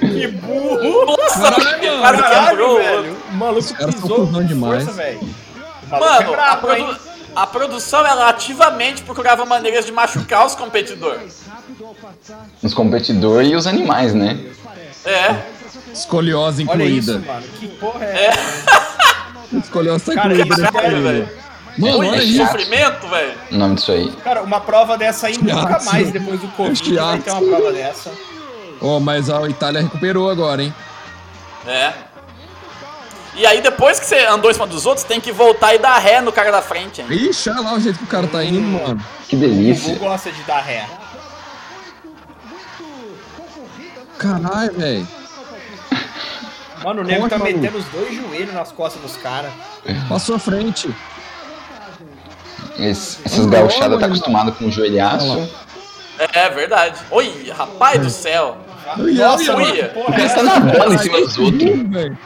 Que burro.
Nossa,
Caralho,
que é um
mano.
cara
Caralho,
quebrou o
velho. O maluco
caras tão
pisou
cuzão
com
demais.
força, velho. é
Mano, a, produ- a produção ela ativamente procurava maneiras de machucar os competidores.
Os competidores e os animais, né?
É.
Escoliose
Olha
incluída.
isso, mano. Que porra é,
É.
essa?
Escoliose tá
Cara,
incluída.
isso
nessa
é sério,
família. Mano,
Muito
olha isso.
sofrimento, velho.
O nome disso aí.
Cara, uma prova dessa aí nunca
Chiasso.
mais depois do Covid vai
Chiasso.
ter uma prova dessa.
Ó, mas a Itália recuperou agora, hein?
É. E aí, depois que você andou em cima dos outros, tem que voltar e dar ré no cara da frente, hein?
Ixi, olha lá o jeito que o cara tá indo, mano.
Que
O Gugu
delícia.
gosta de dar ré.
Caralho, velho.
Mano, o nego tá
Corre, maluco.
metendo os dois joelhos nas costas dos caras.
Passou à frente.
Esse- essas gauchadas tá
mano.
acostumado com o joelhaço.
Olha
É, verdade. Oi, rapaz do céu.
Nossa,
ia,
mano,
eu ia.
que porra é
Esse
essa?
tá nadando em cima dos outros.
Ih, velho.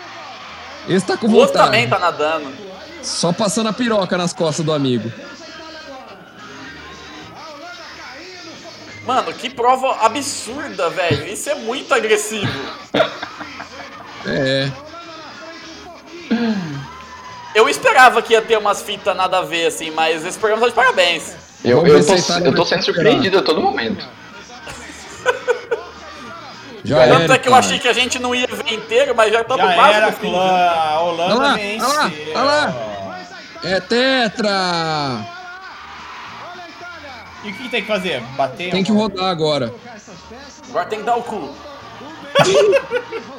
Esse tá com
O outro
vontade.
também tá nadando.
Só passando a piroca nas costas do amigo.
Mano, que prova absurda, velho. Isso é muito agressivo.
É.
Eu esperava que ia ter umas fitas nada a ver, assim, mas esse programa tá de parabéns.
Eu,
Vamos
eu,
ver
tô,
se a Itália
eu tô
vai
sendo
recuperar.
surpreendido a todo momento.
Já
Tanto
Tanto é que eu
cara.
achei que a gente não ia ver inteiro, mas já estamos
Já
quase
era,
no fim.
clã. A Holanda
Olha lá,
venceu.
olha lá, olha lá. É tetra!
E o que tem que fazer? Bater?
Tem que rodar agora.
Agora tem que dar o cu.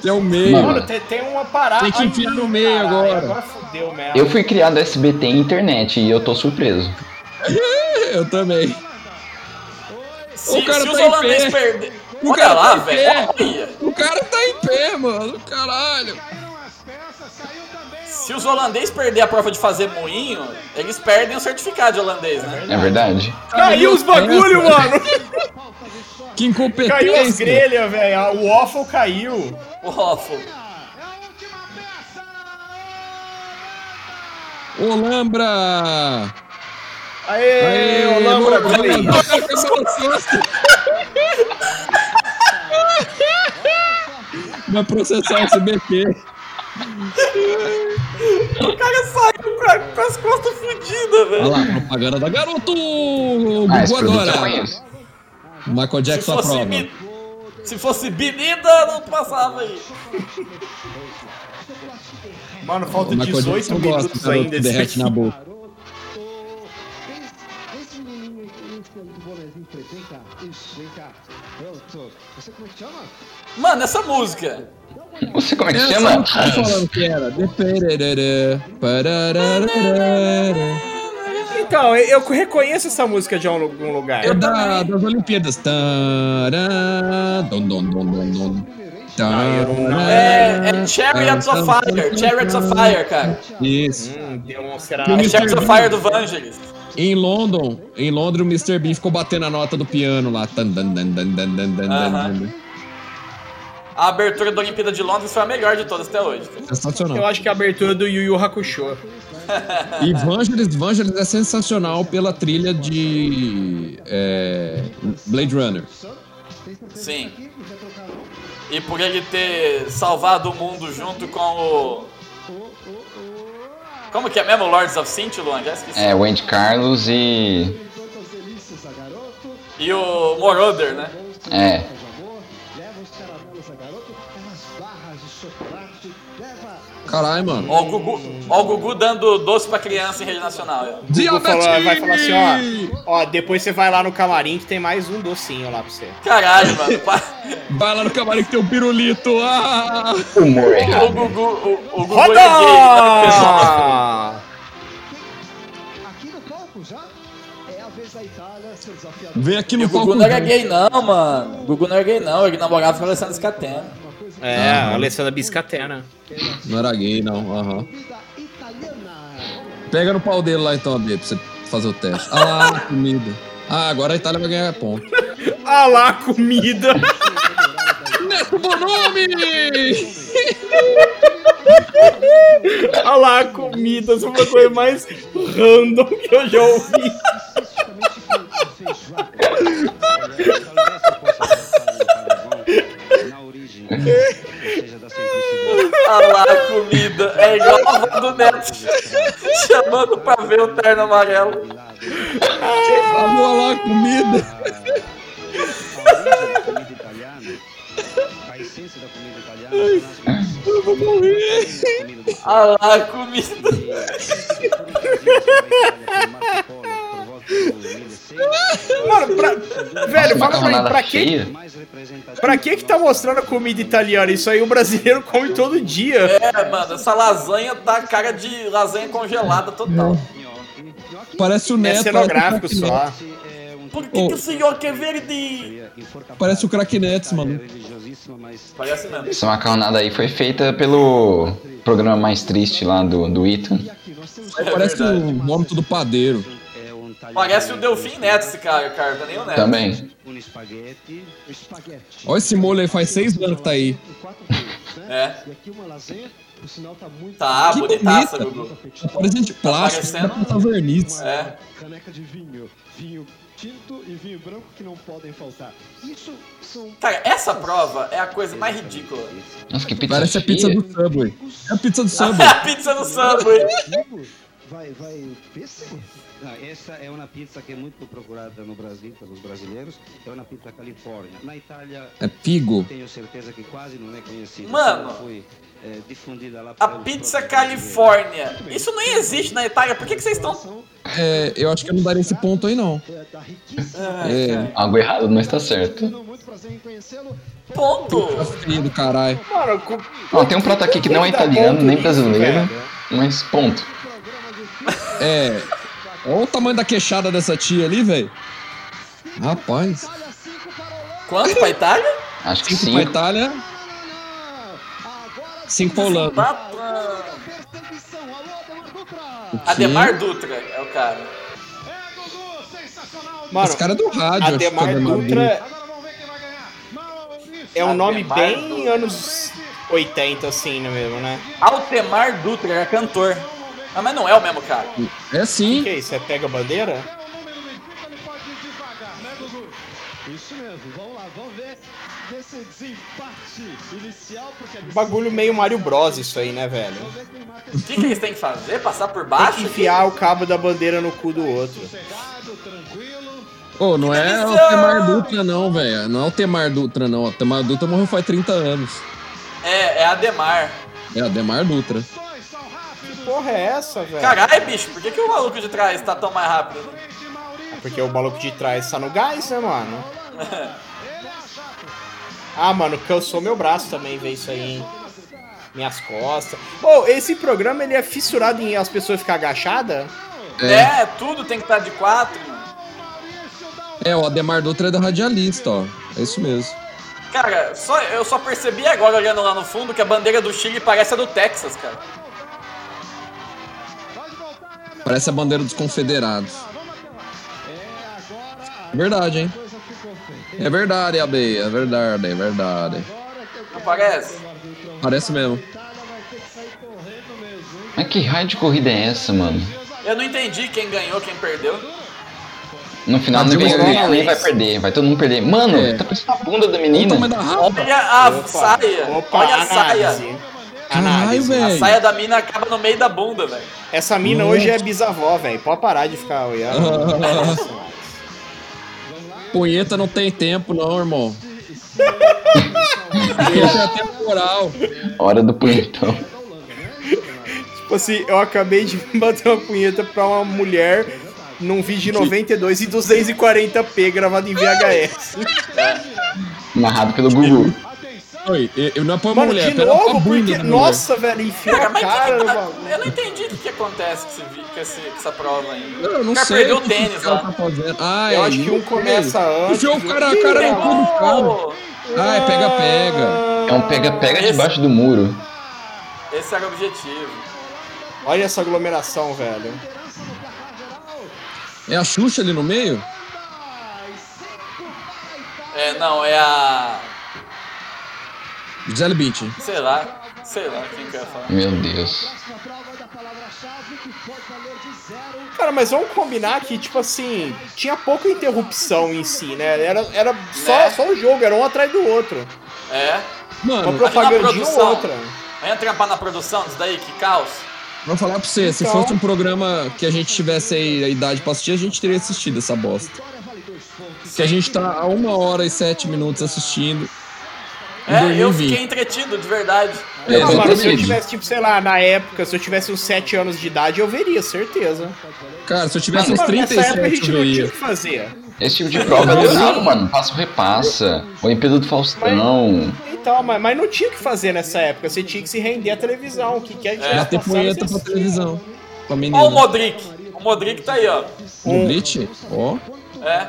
Que é o meio.
Mano,
Mano, tem, tem uma parada.
Tem que
Ai,
enfiar no meio
caralho,
agora.
Agora fodeu mesmo.
Eu fui criado SBT em internet e eu tô surpreso.
Eu também.
Se,
cara
se os
tá em
holandeses
pé.
perderem.
O
Olha
cara tá
lá,
em
velho.
pé.
Olha.
O cara tá em pé, mano. Caralho.
Se os holandeses perderem a prova de fazer moinho, eles perdem o certificado de holandês, né?
É verdade?
Caiu os bagulho, mano.
Que
Caiu as
incompetência.
grelhas, velho. O waffle caiu.
O Hoffo.
Olambra.
Aê,
Aê,
Olambra.
Olambra.
ganhou.
Vai processar esse BT.
O cara saiu com, com as costas fodidas,
Olha
velho.
lá, propaganda da garoto. O
Ah, esse
Gugu
produto eu
adora.
conheço.
Michael
Se
Jackson
fosse,
aprova.
be... se fosse bebida, não passava aí.
Mano, falta
Michael
18
Jackson gosta
minutos
do garoto
ainda
que
desse
derrete
aqui.
na boca.
Esse menino, esse bonezinho preto, vem cá, isso, vem cá. Pronto. Você como é que chama?
Mano, essa música.
Você como é que
Essa
chama?
eu tava falando que era. Deperererê, parararararará.
Então, eu eu reconheço essa música de algum lugar.
É da, das Olimpíadas. Tará, dom, dom, dom, dom, dom. Tará,
Ah, É, é Chariots of Fire. Chariots of Fire, cara.
Isso.
Hum, deu um será?
Tem
É
Mr.
Chariots of
Bean.
Fire do Vangelis.
Em London, em Londres, o Mr. Bean ficou batendo a nota do piano lá. Tan, dan, dan, dan, dan, dan, dan,
Aham.
dan, dan.
A abertura da Olimpíada de Londres foi a melhor de todas até hoje. cara.
Eu
Sensacional.
acho que é a abertura do Yu Yu Hakusho.
E Vangelis, Vangelis é sensacional pela trilha de é, Blade Runner.
Sim. E por ele ter salvado o mundo junto com o. Como que é mesmo? Lords of Cintillon? Já esqueci.
É, Wendy Carlos e.
E o Moroder, né?
É.
Caralho, mano.
Ó o Gugu, ó o Gugu dando doce pra criança em rede nacional. ó.
Gugu
Diabetes!
falou- vai falar assim, ó. Ó, depois você vai lá no camarim que tem mais um docinho lá pra você.
Caralho, mano. pa-
Vai lá no camarim que tem um pirulito. Ah!
Humor
O
errado.
Gugu, o, o Gugu é gay. tá?
Roda!
Aqui no palco já? É a vez da Itália, seu desafiador.
Vem aqui
E
no
o
palco.
Gugu não era gay, não, mano. O Gugu não era gay, não. Ele namorava com a Alessandra Scatena.
É, a Alessandra Biscatena.
Não era gay, não. Aham.
Comida italiana.
Pega no pau dele lá então, Bia, pra você fazer o teste. Ah lá, comida. Ah, agora a Itália vai ganhar ponto.
Ah lá, comida!
Neto Bonomi!
Ah lá, comida! Essa foi a coisa mais random que eu já ouvi.
Especificamente com feijoada.
Na origem,
Tá
ou seja, da simplicidade.
Ah lá, comida. É igual a avó do Neto. chamando pra ver o terno amarelo.
Vamos lá, comida.
A essência da comida italiana.
Eu vou morrer.
Ah lá, a comida.
Mano, pra... velho, fala pra mim,
macarronada
pra que,
cheia?
pra que que tá mostrando a comida italiana? Isso aí o brasileiro come todo dia.
É, mano, essa lasanha tá cara de lasanha congelada total.
Parece o
É,
Neto.
cenográfico
parece o
só.
Por que, que o senhor quer verde?
Crack- Parece o Cracknetes, mano.
Parece mesmo.
Essa macarronada aí foi feita pelo programa mais triste lá do, do Ito.
Parece
É verdade.
o morto do padeiro.
Parece o Delfim Neto esse cara, cara, tá nem o Neto.
Também.
Olha esse molho aí, faz seis anos que tá aí.
É.
E aqui uma lasanha, o sinal tá muito.
Tá
Que
bonitaça,
bonita.
Gugu.
Parece de plástico,
parecendo-
tá passando verniz.
É.
Caneca de vinho, vinho tinto e vinho branco que não podem faltar. Isso são
Cara, Tá, essa prova é a coisa mais ridícula.
Nossa, que pizza
Parece a pizza
feia.
do Subway. É a pizza do Subway.
A pizza do Subway.
vivo? Vai, vai, pêssego?
Essa é uma pizza que é muito procurada no Brasil pelos brasileiros. É uma pizza Califórnia. Na Itália,
É pigo.
tenho certeza que quase não é conhecida.
Mano.
Só Foi eh, difundida lá
A
pelos
pizza
próprios
Califórnia. Isso nem existe na Itália. Por que, que vocês estão.
É, eu acho que eu não daria esse ponto aí, não.
É da riquíssima.
Ai,
É,
cara.
Algo errado não está certo.
Tendo muito prazer em conhecê-lo.
Ponto!
é feio do caralho.
Mano, com-
Ó, tem um prato aqui que não é italiano, nem brasileiro, mas ponto.
É. Olha o tamanho da queixada dessa tia ali, velho. Rapaz.
Olha, cinco para a Holanda.
Quanto pra Itália?
Acho que
Cinco pra
sim.
Itália,
Agora
cinco pra Holanda.
Batra.
perseguição. Alô, Ademar Dutra.
Ademar Dutra é o cara.
É Gugu, sensacional.
Mano,
Esse cara é do rádio, acho que tá
Ademar
dando
Dutra
Agora vamos ver quem vai ganhar. assim. Maurício.
é um nome
Ademar
bem
Dutra.
anos 80, assim, né mesmo, né?
Altemar Dutra é cantor. Ah, mas não é o mesmo cara.
ali. É sim.
Que isso, é pega a bandeira?
É o número do equipe, ele pode ir devagar, né, Gugu? Isso mesmo, vamos lá, vamos ver desse desempate inicial, porque é
Um Bagulho meio Mario Bros isso aí, né, velho?
O que, que eles têm que fazer? Passar por
Tem que
baixo?
enfiar o cabo da bandeira no cu do outro.
sossegado, tranquilo.
Ô, não é o Temar Dutra, não, velho. Não é o Temar Dutra, não. O Temar Dutra morreu faz 30 anos.
É, é Ademar.
É, Ademar Dutra.
Dois são rápidos.
Porra é essa, velho?
Caralho, bicho, por que, que o maluco de trás tá tão mais rápido?
Frente, Maurício.
Porque o maluco de trás tá no gás, né, mano?
Ele é chato.
Ah, mano, cansou meu braço também ver isso aí, hein? Minhas costas. Ô, esse programa ele é fissurado em as pessoas ficar agachadas?
É, tudo tem que estar de quatro.
É, o Ademar Dutra é da Radialista, ó. É isso mesmo.
Cara, só, eu só percebi agora olhando lá no fundo que a bandeira do Chile parece a do Texas, cara.
Pode voltar, é, meu.
Parece a bandeira dos confederados.
Vamos até lá. É, agora
É verdade, hein?
a coisa ficou feia.
É verdade, AB. É verdade, é verdade.
Agora que eu
Não
quero
parece?
Parece mesmo.
a Itália vai ter que sair correndo mesmo, hein?
Mas que raio de corrida é essa, mano?
Eu não entendi quem ganhou, quem perdeu.
No final
Mas
ninguém
o
vai ganhar,
Ronaldo
nem vai perder, vai todo mundo perder. Mano,
É.
tá parecendo a bunda da
Olha o
menina.
tamanho É da raba.
Olha a saia.
opa,
Olha a
análise.
saia.
Caralho,
Análise.
A
velho.
saia da mina acaba no meio da bunda, velho.
Essa mina
Nossa.
hoje é bisavó, velho. Pode parar de ficar olhando. Nossa, mano.
Punheta não tem tempo, não, irmão. Punheta é temporal.
Hora do punhetão.
tipo assim, eu acabei de bater uma punheta pra uma mulher num vídeo de 92 e 240p gravado em VHS.
Narrado pelo Gugu.
Oi, eu- eu não é pra
Mano,
mulher,
de
pera pra
novo,
bunda
porque.
da mulher.
Nossa, velho, enfiou
Cara,
a
mas que- tá-
cara no bagulho.
eu não entendi o que, que acontece com, esse vi- com esse- com essa prova ainda.
Eu não
cara
sei.
perdeu o
que que
tênis
ela
lá.
tá fazendo. Ah,
Eu
é,
acho que um
não sei.
começa antes.
Enfiou o cara, a cara é no cu do cara.
Pegou!
Ah, é pega-pega.
É um pega-pega
Esse-
debaixo do muro.
Esse era o objetivo.
Olha essa aglomeração, velho.
É a Xuxa ali no meio?
É, não, é a.
Gisele Bündchen.
Sei lá. Sei lá quem que eu ia falar.
Meu Deus.
Próxima prova da palavra-chave que pode valer de zero.
Cara, mas vamos combinar que, tipo assim, tinha pouca interrupção em si, né? Era, era só,
Né?
só o jogo, era um atrás do outro.
É.
Uma
Mano,
propagandinha ou
produção.
outra.
Vai trampar na produção disso daí, que caos.
Vou falar pra você, se
Então-
fosse um programa que a gente tivesse aí a idade pra assistir, a gente teria assistido essa bosta. Que a gente tá a uma hora e sete minutos assistindo. em
É, eu
2020.
fiquei entretido, de verdade.
É,
Não, mano, se eu
exatamente.
tivesse, tipo, sei lá, na época, se eu tivesse uns 7 anos de idade, eu veria, certeza.
Cara, se eu tivesse uns
Mano, nessa época a
37,
gente
eu
não tinha o
ia.
que fazer.
Esse tipo de prova é legal, mano. Passa ou repassa. Olimpíada do Faustão.
Então, mas, mas não tinha o que fazer nessa época. Você tinha que se render à televisão. O que quer que
É,
tivesse
Bater
passado,
punheta
você
pra televisão. Pra menina.
Ó o Modric. O Modric tá aí, ó.
O Blitz? Ó.
É.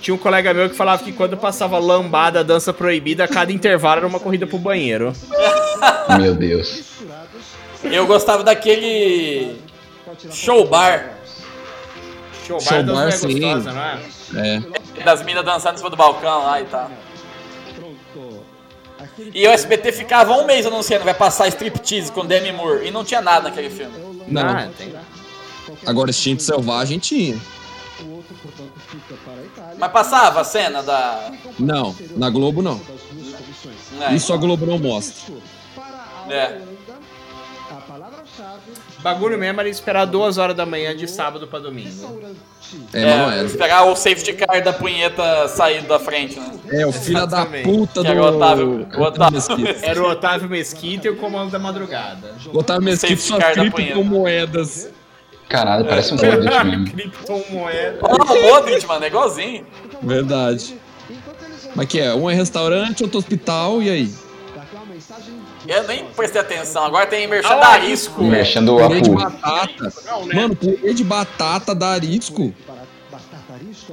Tinha um colega meu que falava que quando passava lambada, dança proibida, cada intervalo era uma corrida pro banheiro.
Meu Deus.
Eu gostava daquele show bar
Show
Show
bar,
bar,
dança é
sim.
gostosa, não é?
É.
das minas dançando em cima do balcão lá e tal. E o SBT ficava um mês anunciando, vai passar striptease com Demi Moore. E não tinha nada naquele filme.
Ah,
Não. Agora, Instinto Selvagem tinha.
Mas passava a cena da.
Não, na Globo não.
né?
Isso a Globo não mostra.
É.
Bagulho mesmo era esperar duas horas da manhã de sábado pra domingo.
É,
É,
mas não era.
esperar o safety car da punheta sair da frente, né?
É, o filho da
Exatamente.
puta do
Que
É,
era o Otávio- o Otávio.
Mesquita.
Era o Otávio Mesquita e o comando da madrugada.
O Otávio Mesquita
Safety
só
car da
clipe
punheta.
com moedas.
Caralho, parece um Modric mesmo.
Criptomoeda.
Ó, o Modric, mano, é igualzinho.
Verdade. Mas que é? Um é restaurante, outro hospital, e aí?
Eu nem prestei atenção. Agora tem Ah, é. merchan da Arisco.
Mexendo o
Purê de
Apu.
batata. Mano, purê de batata da Arisco.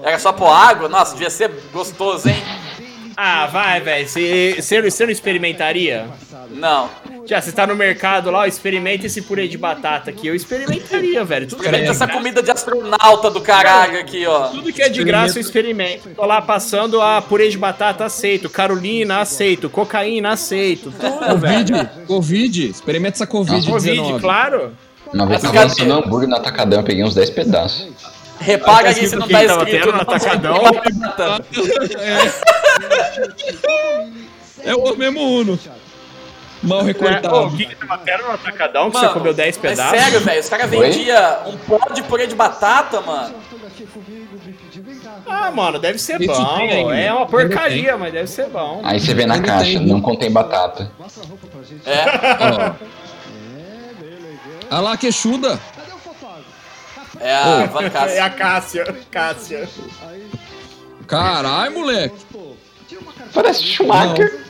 Era só pôr água? Nossa, devia ser gostoso, hein?
Ah, vai, velho. Você não experimentaria?
Não.
Já, você tá no mercado lá, ó, experimenta esse purê de batata aqui. Eu experimentaria, velho. Tudo, que é de
Experimenta essa
graça-
comida de astronauta do caralho aqui, ó.
tudo que é de graça eu experimento. Tô lá passando, ah, purê de batata aceito, Carolina aceito, cocaína aceito, tudo,
Covid,
velho.
Covid. Experimenta essa Covid-19.
Covid, claro.
Uma vez tava
Cadê?
lançando hambúrguer no Atacadão, eu peguei uns 10 pedaços.
Repara
Tá
ali se
escrito
não
quem
tá
tava
escrito.
tendo no
não.
atacadão. Um
Batata.
É o mesmo Uno. Mal
É, ô, o
recortado.
que que tava tendo no atacadão que
Mano,
você comeu 10
É
pedaços?
sério, velho. Os caras
Oi?
vendiam um pó de purê de batata, mano.
Ah, mano, deve ser
Isso tem
bom.
ainda.
É uma
Ainda
porcaria, mas deve ser bom.
Aí você vê na
Ele
caixa,
tem.
não contém batata.
É,
Ó. Ah lá, queixuda.
é a Van
É
Cass.
a Cássia, Cássia.
Caralho, moleque.
Parece Schumacher.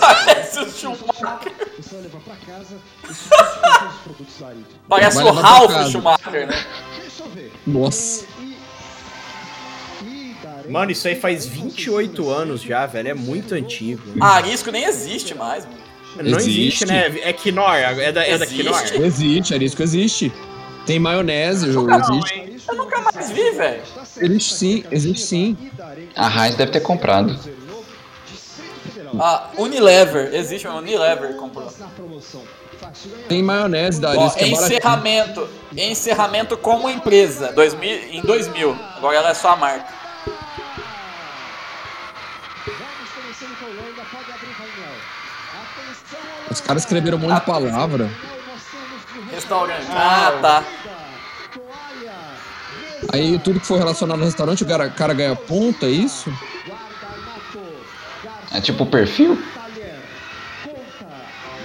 Parece o Schumacher. Parece o
Vai levar pra
Ralph
casa.
Schumacher, né?
Nossa.
Mano, isso aí faz 28 anos já, velho. É muito antigo.
Ah, Arisco nem existe mais, mano.
Não existe,
Existe.
né? É Knorr, é da, é da
Existe.
Knorr.
Existe, arisco existe. Tem maionese, jogo, existe.
Eu nunca mais vi, velho.
Existe sim, existe sim.
A Heinz deve ter comprado.
Ah, Unilever. Existe, mas Unilever comprou.
Tem maionese da
Ó,
arisco. é baratinho.
encerramento. Encerramento como empresa. 2000, em 2000. Agora ela é só a marca.
um. Os caras escreveram um monte de palavra.
Restaurante. Ah, tá.
Aí tudo que for relacionado ao restaurante, o cara, o cara ganha ponto, é isso?
É tipo o perfil?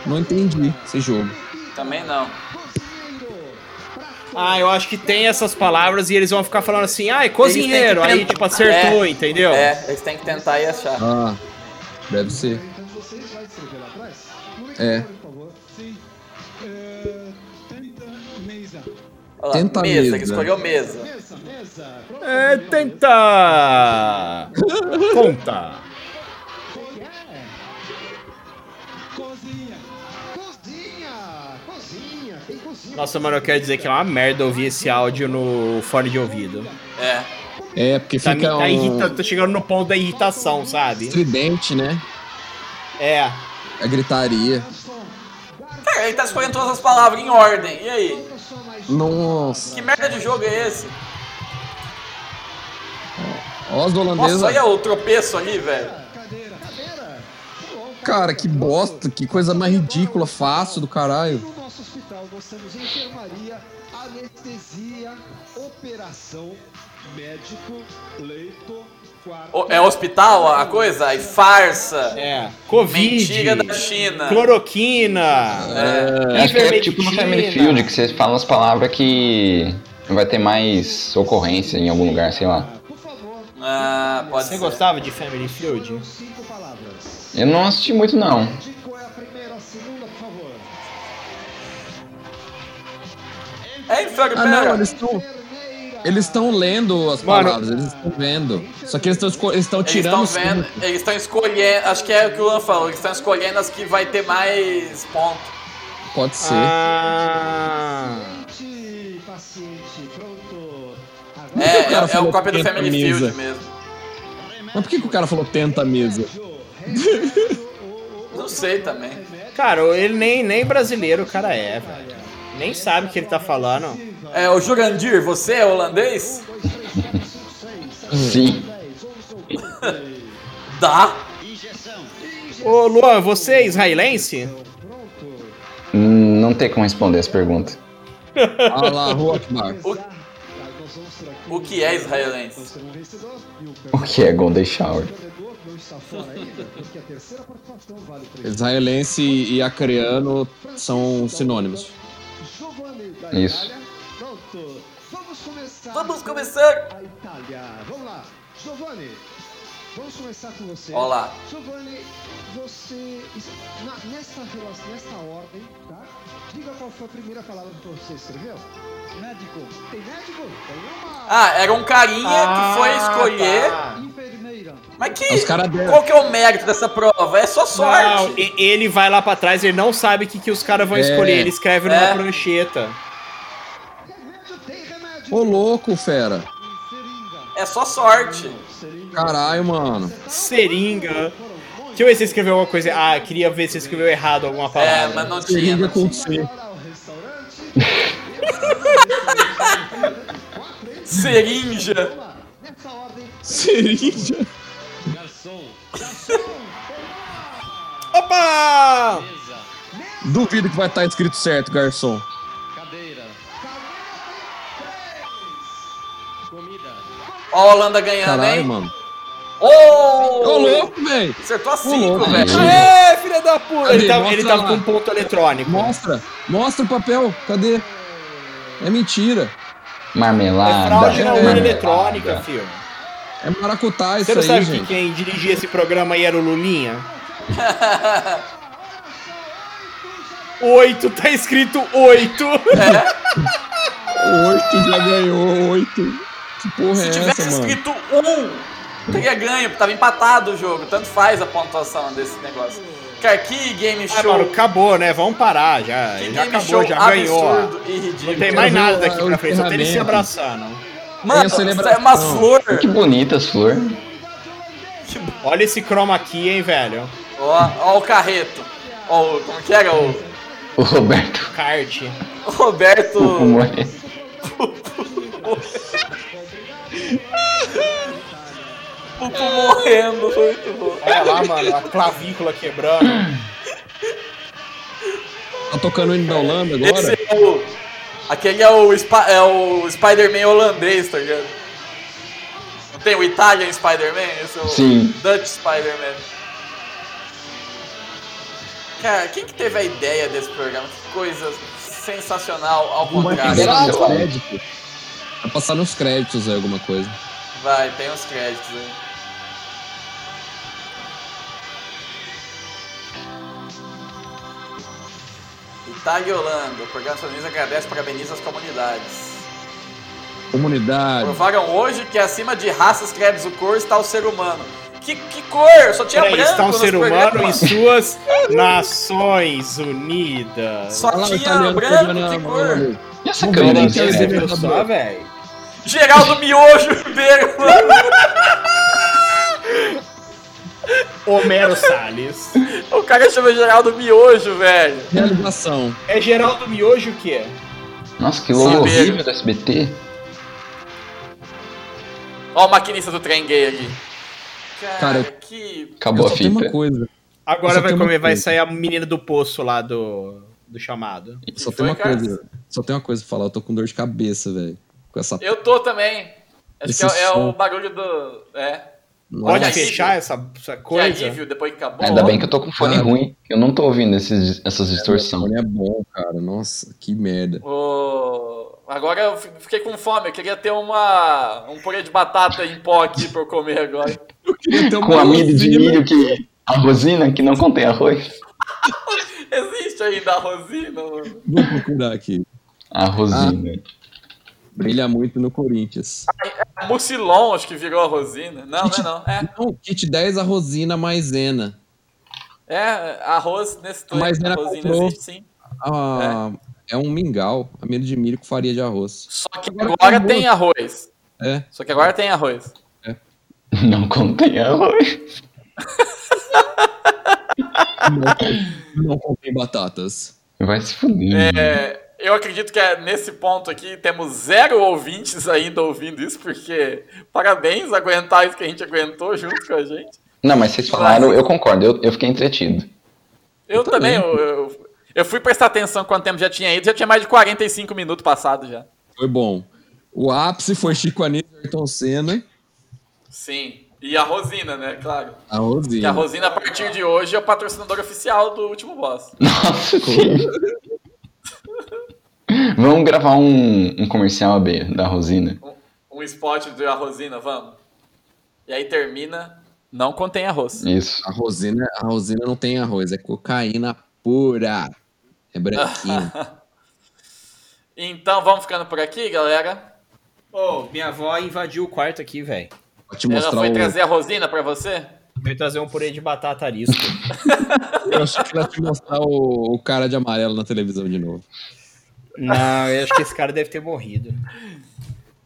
Não entendi esse jogo.
Também não.
Ah, eu acho que tem essas palavras e eles vão ficar falando assim, ai, cozinheiro.
Eles têm que
Aí, tipo, acertou,
É.
entendeu?
É, eles têm que tentar e achar.
Ah, deve ser. É.
Olha lá,
Tenta
mesa,
mesa.
que escolheu mesa.
É, tenta! Conta! Nossa, mano, eu quero dizer que é uma merda ouvir esse áudio no fone de ouvido.
É.
É, porque
Tá, me,
fica
tá irrita-
um
tô chegando no ponto da irritação, sabe?
estridente, né?
É.
A gritaria.
Cara, ele tá escolhendo todas as palavras em ordem. E aí?
Nossa.
Que merda de jogo é esse?
Ó os holandeses.
Nossa, olha o tropeço ali, velho.
Cara, que bosta. Que coisa mais ridícula, fácil do caralho.
nós temos enfermaria, anestesia, operação, médico, leito, quarto.
O- É hospital a coisa? E farsa.
É. Covid.
Mentira da China.
Cloroquina.
É, acho que é tipo no Family Field, que você fala as palavras que vai ter mais ocorrência em algum lugar, sei lá.
Ah, pode
Você
ser.
gostava de Family Field?
Eu não assisti muito, não.
É
Ah, não,
enfermeira.
eles estão. Eles estão lendo as
Mano.
palavras, eles estão vendo. Só que eles estão eles tão
Eles estão
tirando. os
vendo,
pontos.
eles estão escolhendo, acho que é o que o Luan falou, eles estão escolhendo as que vai ter mais ponto.
Pode ser.
Ah.
Paciente, paciente, pronto.
É,
Agora
que o cara
é, é o
falou
cópia do
tenta
Family
mesa?
Field mesmo.
Mas por que, que o cara falou tenta a mesa?
Não sei também.
Cara, ele nem, nem brasileiro o cara é, velho. Nem sabe o que ele tá falando.
É, o Jurandir, você é holandês?
Sim.
Dá.
Ô, Luan, você é israelense?
Hum, Não tem como responder essa pergunta.
Ah lá, Rua Akbar.
O que é israelense?
O que é Golden Shower?
Israelense e acreano são sinônimos.
Giovanni da
Isso.
Itália. Pronto. Vamos começar.
Vamos começar!
A Itália. Vamos lá. Giovanni. Vamos começar com você.
Ó lá.
Giovanni, você es- na, nessa relação, nessa ordem, tá? Diga qual foi a primeira palavra que você escreveu. Médico. Tem médico? Tem uma.
Ah, era um carinha
Ah,
que foi escolher.
tá.
Enfermeira.
Mas que.
Os cara deram.
Qual que é o mérito dessa prova? É só sorte.
Não, e- ele vai lá pra trás, ele não sabe o que, que os caras vão
É.
escolher. Ele escreve numa
É.
prancheta.
Remédio, tem remédio.
Ô louco, fera.
Seringa.
É só sorte.
Seringa.
Caralho, mano.
Seringa. Deixa eu ver se ele escreveu alguma coisa. Ah, queria ver se ele escreveu errado alguma
É,
palavra.
mas não tinha.
Ah, Seringa
não
com
tinha.
C.
Agora ao restaurante.
Serinja.
Nessa ordem.
Seringa.
Garçom,
Opa!
mesa,
Duvido que vai estar escrito certo, garçom.
cadeira, comida,
Ó, a Holanda ganhando,
Caralho,
hein?
mano.
Oh!
Ô louco, velho.
Acertou a
Ô,
5,
louco.
velho.
Aê, filha da puta!
Cadê?
Ele tava,
Mostra
ele tava
lá.
com um ponto eletrônico.
Mostra. Mostra o papel. Cadê? É mentira.
É
Marmelada.
né,
fraude na urna
marmelada.
eletrônica, filho.
É maracutá isso
Você não
aí,
sabe que
gente.
quem dirigia esse programa aí era o Lulinha? Oito, tá escrito oito. é.
Oito já ganhou, oito. Que porra
Se
é
tivesse
essa, mano?
escrito 1, um, teria ganho, porque tava empatado o jogo. Tanto faz a pontuação desse negócio. Cara, que game
Ah,
show.
mano, acabou, né? Vamos parar já.
que
já
game
acabou,
show
já ganhou. ó.
absurdo e ridículo.
Não tem mais
Eu vi
nada
o-
daqui
o
pra frente, só tem eles se
encerramento.
abraçando.
Mano,
a
isso
celebração.
é uma flor.
Que bonita as flores.
Olha esse chroma aqui, hein, velho.
Ó, ó o carreto. Ó, o- como que era? O
O Roberto
Kart.
o Roberto.
Moreira.
Pupu morrendo. Foi muito bom.
Olha lá, mano, a clavícula quebrando.
Tá tocando o hino da Holanda agora?
Esse é o. Aquele é o, Spa- é o Spider-Man holandês, tá ligado? Não tem o Italian Spider-Man? Esse é o
Sim.
Dutch Spider-Man. Cara, quem que teve a ideia desse programa? Que coisa sensacional ao contrário.
Era-
Passar nos
Engraçado.
Tá créditos. Vai passar nos créditos aí alguma coisa.
Vai, tem os créditos aí. Itália e Holanda. O programa Sonis agradece e parabeniza as comunidades.
Comunidade.
Provaram hoje que acima de raças, credos ou cor está o ser humano. Que, que cor? Só tinha
Peraí,
branco
está um
nos
ser humano em
programas.
suas Nações Unidas.
Só
Olha lá o
tinha
italiano
branco,
pegando a
que
bola
cor?
ali.
E essa
Não
câmera
vem,
aí,
não,
sério?
esse
Viu só, velho?
Geraldo Miojo Ribeiro, mano.
Homero Salles.
O cara chama Geraldo Miojo, velho.
Realização.
É Geraldo Miojo o quê?
Nossa, que logo
Saber.
horrível do SBT.
Ó o maquinista do trem gay ali. Cara,
Cara,
que...
Eu
Acabou a
só tenho uma
fita.
coisa.
Agora
Só
vai,
tem uma
comer, vai
coisa.
sair a menina do poço lá do. do chamado.
Só tem uma coisa. Só tem uma coisa pra falar, eu tô com dor de cabeça, velho. Com essa.
Eu tô também. Acho
Esse
que é, é
som.
o barulho do. É.
Nossa.
Pode fechar essa, essa
Que
coisa?
alívio depois que acabou.
Ainda bem que eu tô com fone
Cara.
ruim, que eu não tô ouvindo esses, essas
O
distorções.
fone é bom, cara. Nossa, que merda.
Ô, Agora eu fi- fiquei com fome, eu queria ter uma um purê de batata em pó aqui pra eu comer agora.
Então,
Com amido de milho que. A rosina que não contém arroz.
Existe ainda a Rosina, mano.
Vou procurar aqui.
A rosina.
Brilha muito no Corinthians.
Mucilon, acho que virou a Rosina. Não, não é não. É,
Não, kit 10 a Rosina maisena.
é arroz nesse tubo.
Mas
A
ela
Rosina
comprou.
existe sim.
Ah, é. um mingau, amido de milho com farinha de arroz.
Só que agora tem arroz.
É.
Só que agora tem arroz.
Não contém arroz.
Não, não contém batatas.
Vai se fuder.
É, eu acredito que é nesse ponto aqui temos zero ouvintes ainda ouvindo isso, porque parabéns aguentar isso que a gente aguentou junto com a gente.
Não, mas vocês falaram, eu concordo, eu, eu fiquei entretido.
Eu, também, eu, eu, eu fui prestar atenção quanto tempo já tinha ido, já tinha mais de 45 minutos passado já.
Foi bom. O ápice foi Chico Anísio e Ayrton Senna.
Sim. E a Rosina, né? Claro.
A
Que a
Rosina.
Rosina, a partir de hoje, é o patrocinador oficial do último boss.
Nossa senhora. Vamos gravar um, um comercial AB da Rosina.
Um spot do a Rosina, vamos. E aí termina. Não contém arroz.
Isso.
A Rosina, a Rosina não tem arroz, é cocaína pura. É branquinha.
Então vamos ficando por aqui, galera.
Ô, minha avó invadiu o quarto aqui, velho.
Vou te
Ela
mostrar
foi
o...
trazer a Rosina pra você?
Veio trazer um purê de batata arisco.
Eu acho que ela te mostrar o, o cara de amarelo na televisão de novo.
Não, eu acho que esse cara deve ter morrido.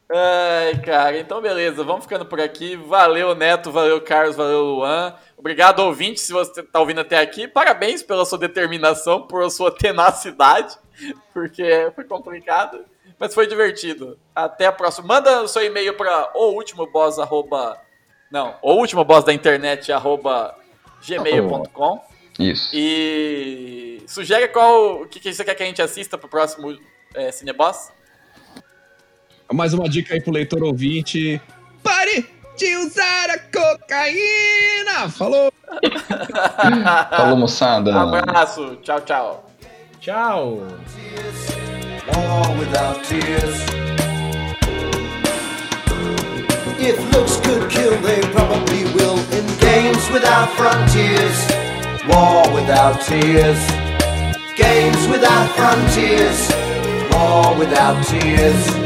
Ai, cara, então beleza, vamos ficando por aqui. Valeu, Neto, valeu, Carlos, valeu, Luan. Obrigado, ouvinte, se você tá ouvindo até aqui. Parabéns pela sua determinação, por sua tenacidade, porque foi complicado, mas foi divertido. Até a próxima. Manda o seu e-mail para o último boss, arroba... Não, o último boss da internet, arroba gmail.com.
Isso.
E sugere qual o que, que você quer que a gente assista pro próximo é, Cineboss.
Mais uma dica aí pro leitor ouvinte. Pare de usar a cocaína! Falou!
Falou, moçada.
ah, Abraço, tchau, tchau.
Tchau!
Long without tears. If looks could kill, they probably will. In games without frontiers, war without tears. Games without frontiers, war without tears.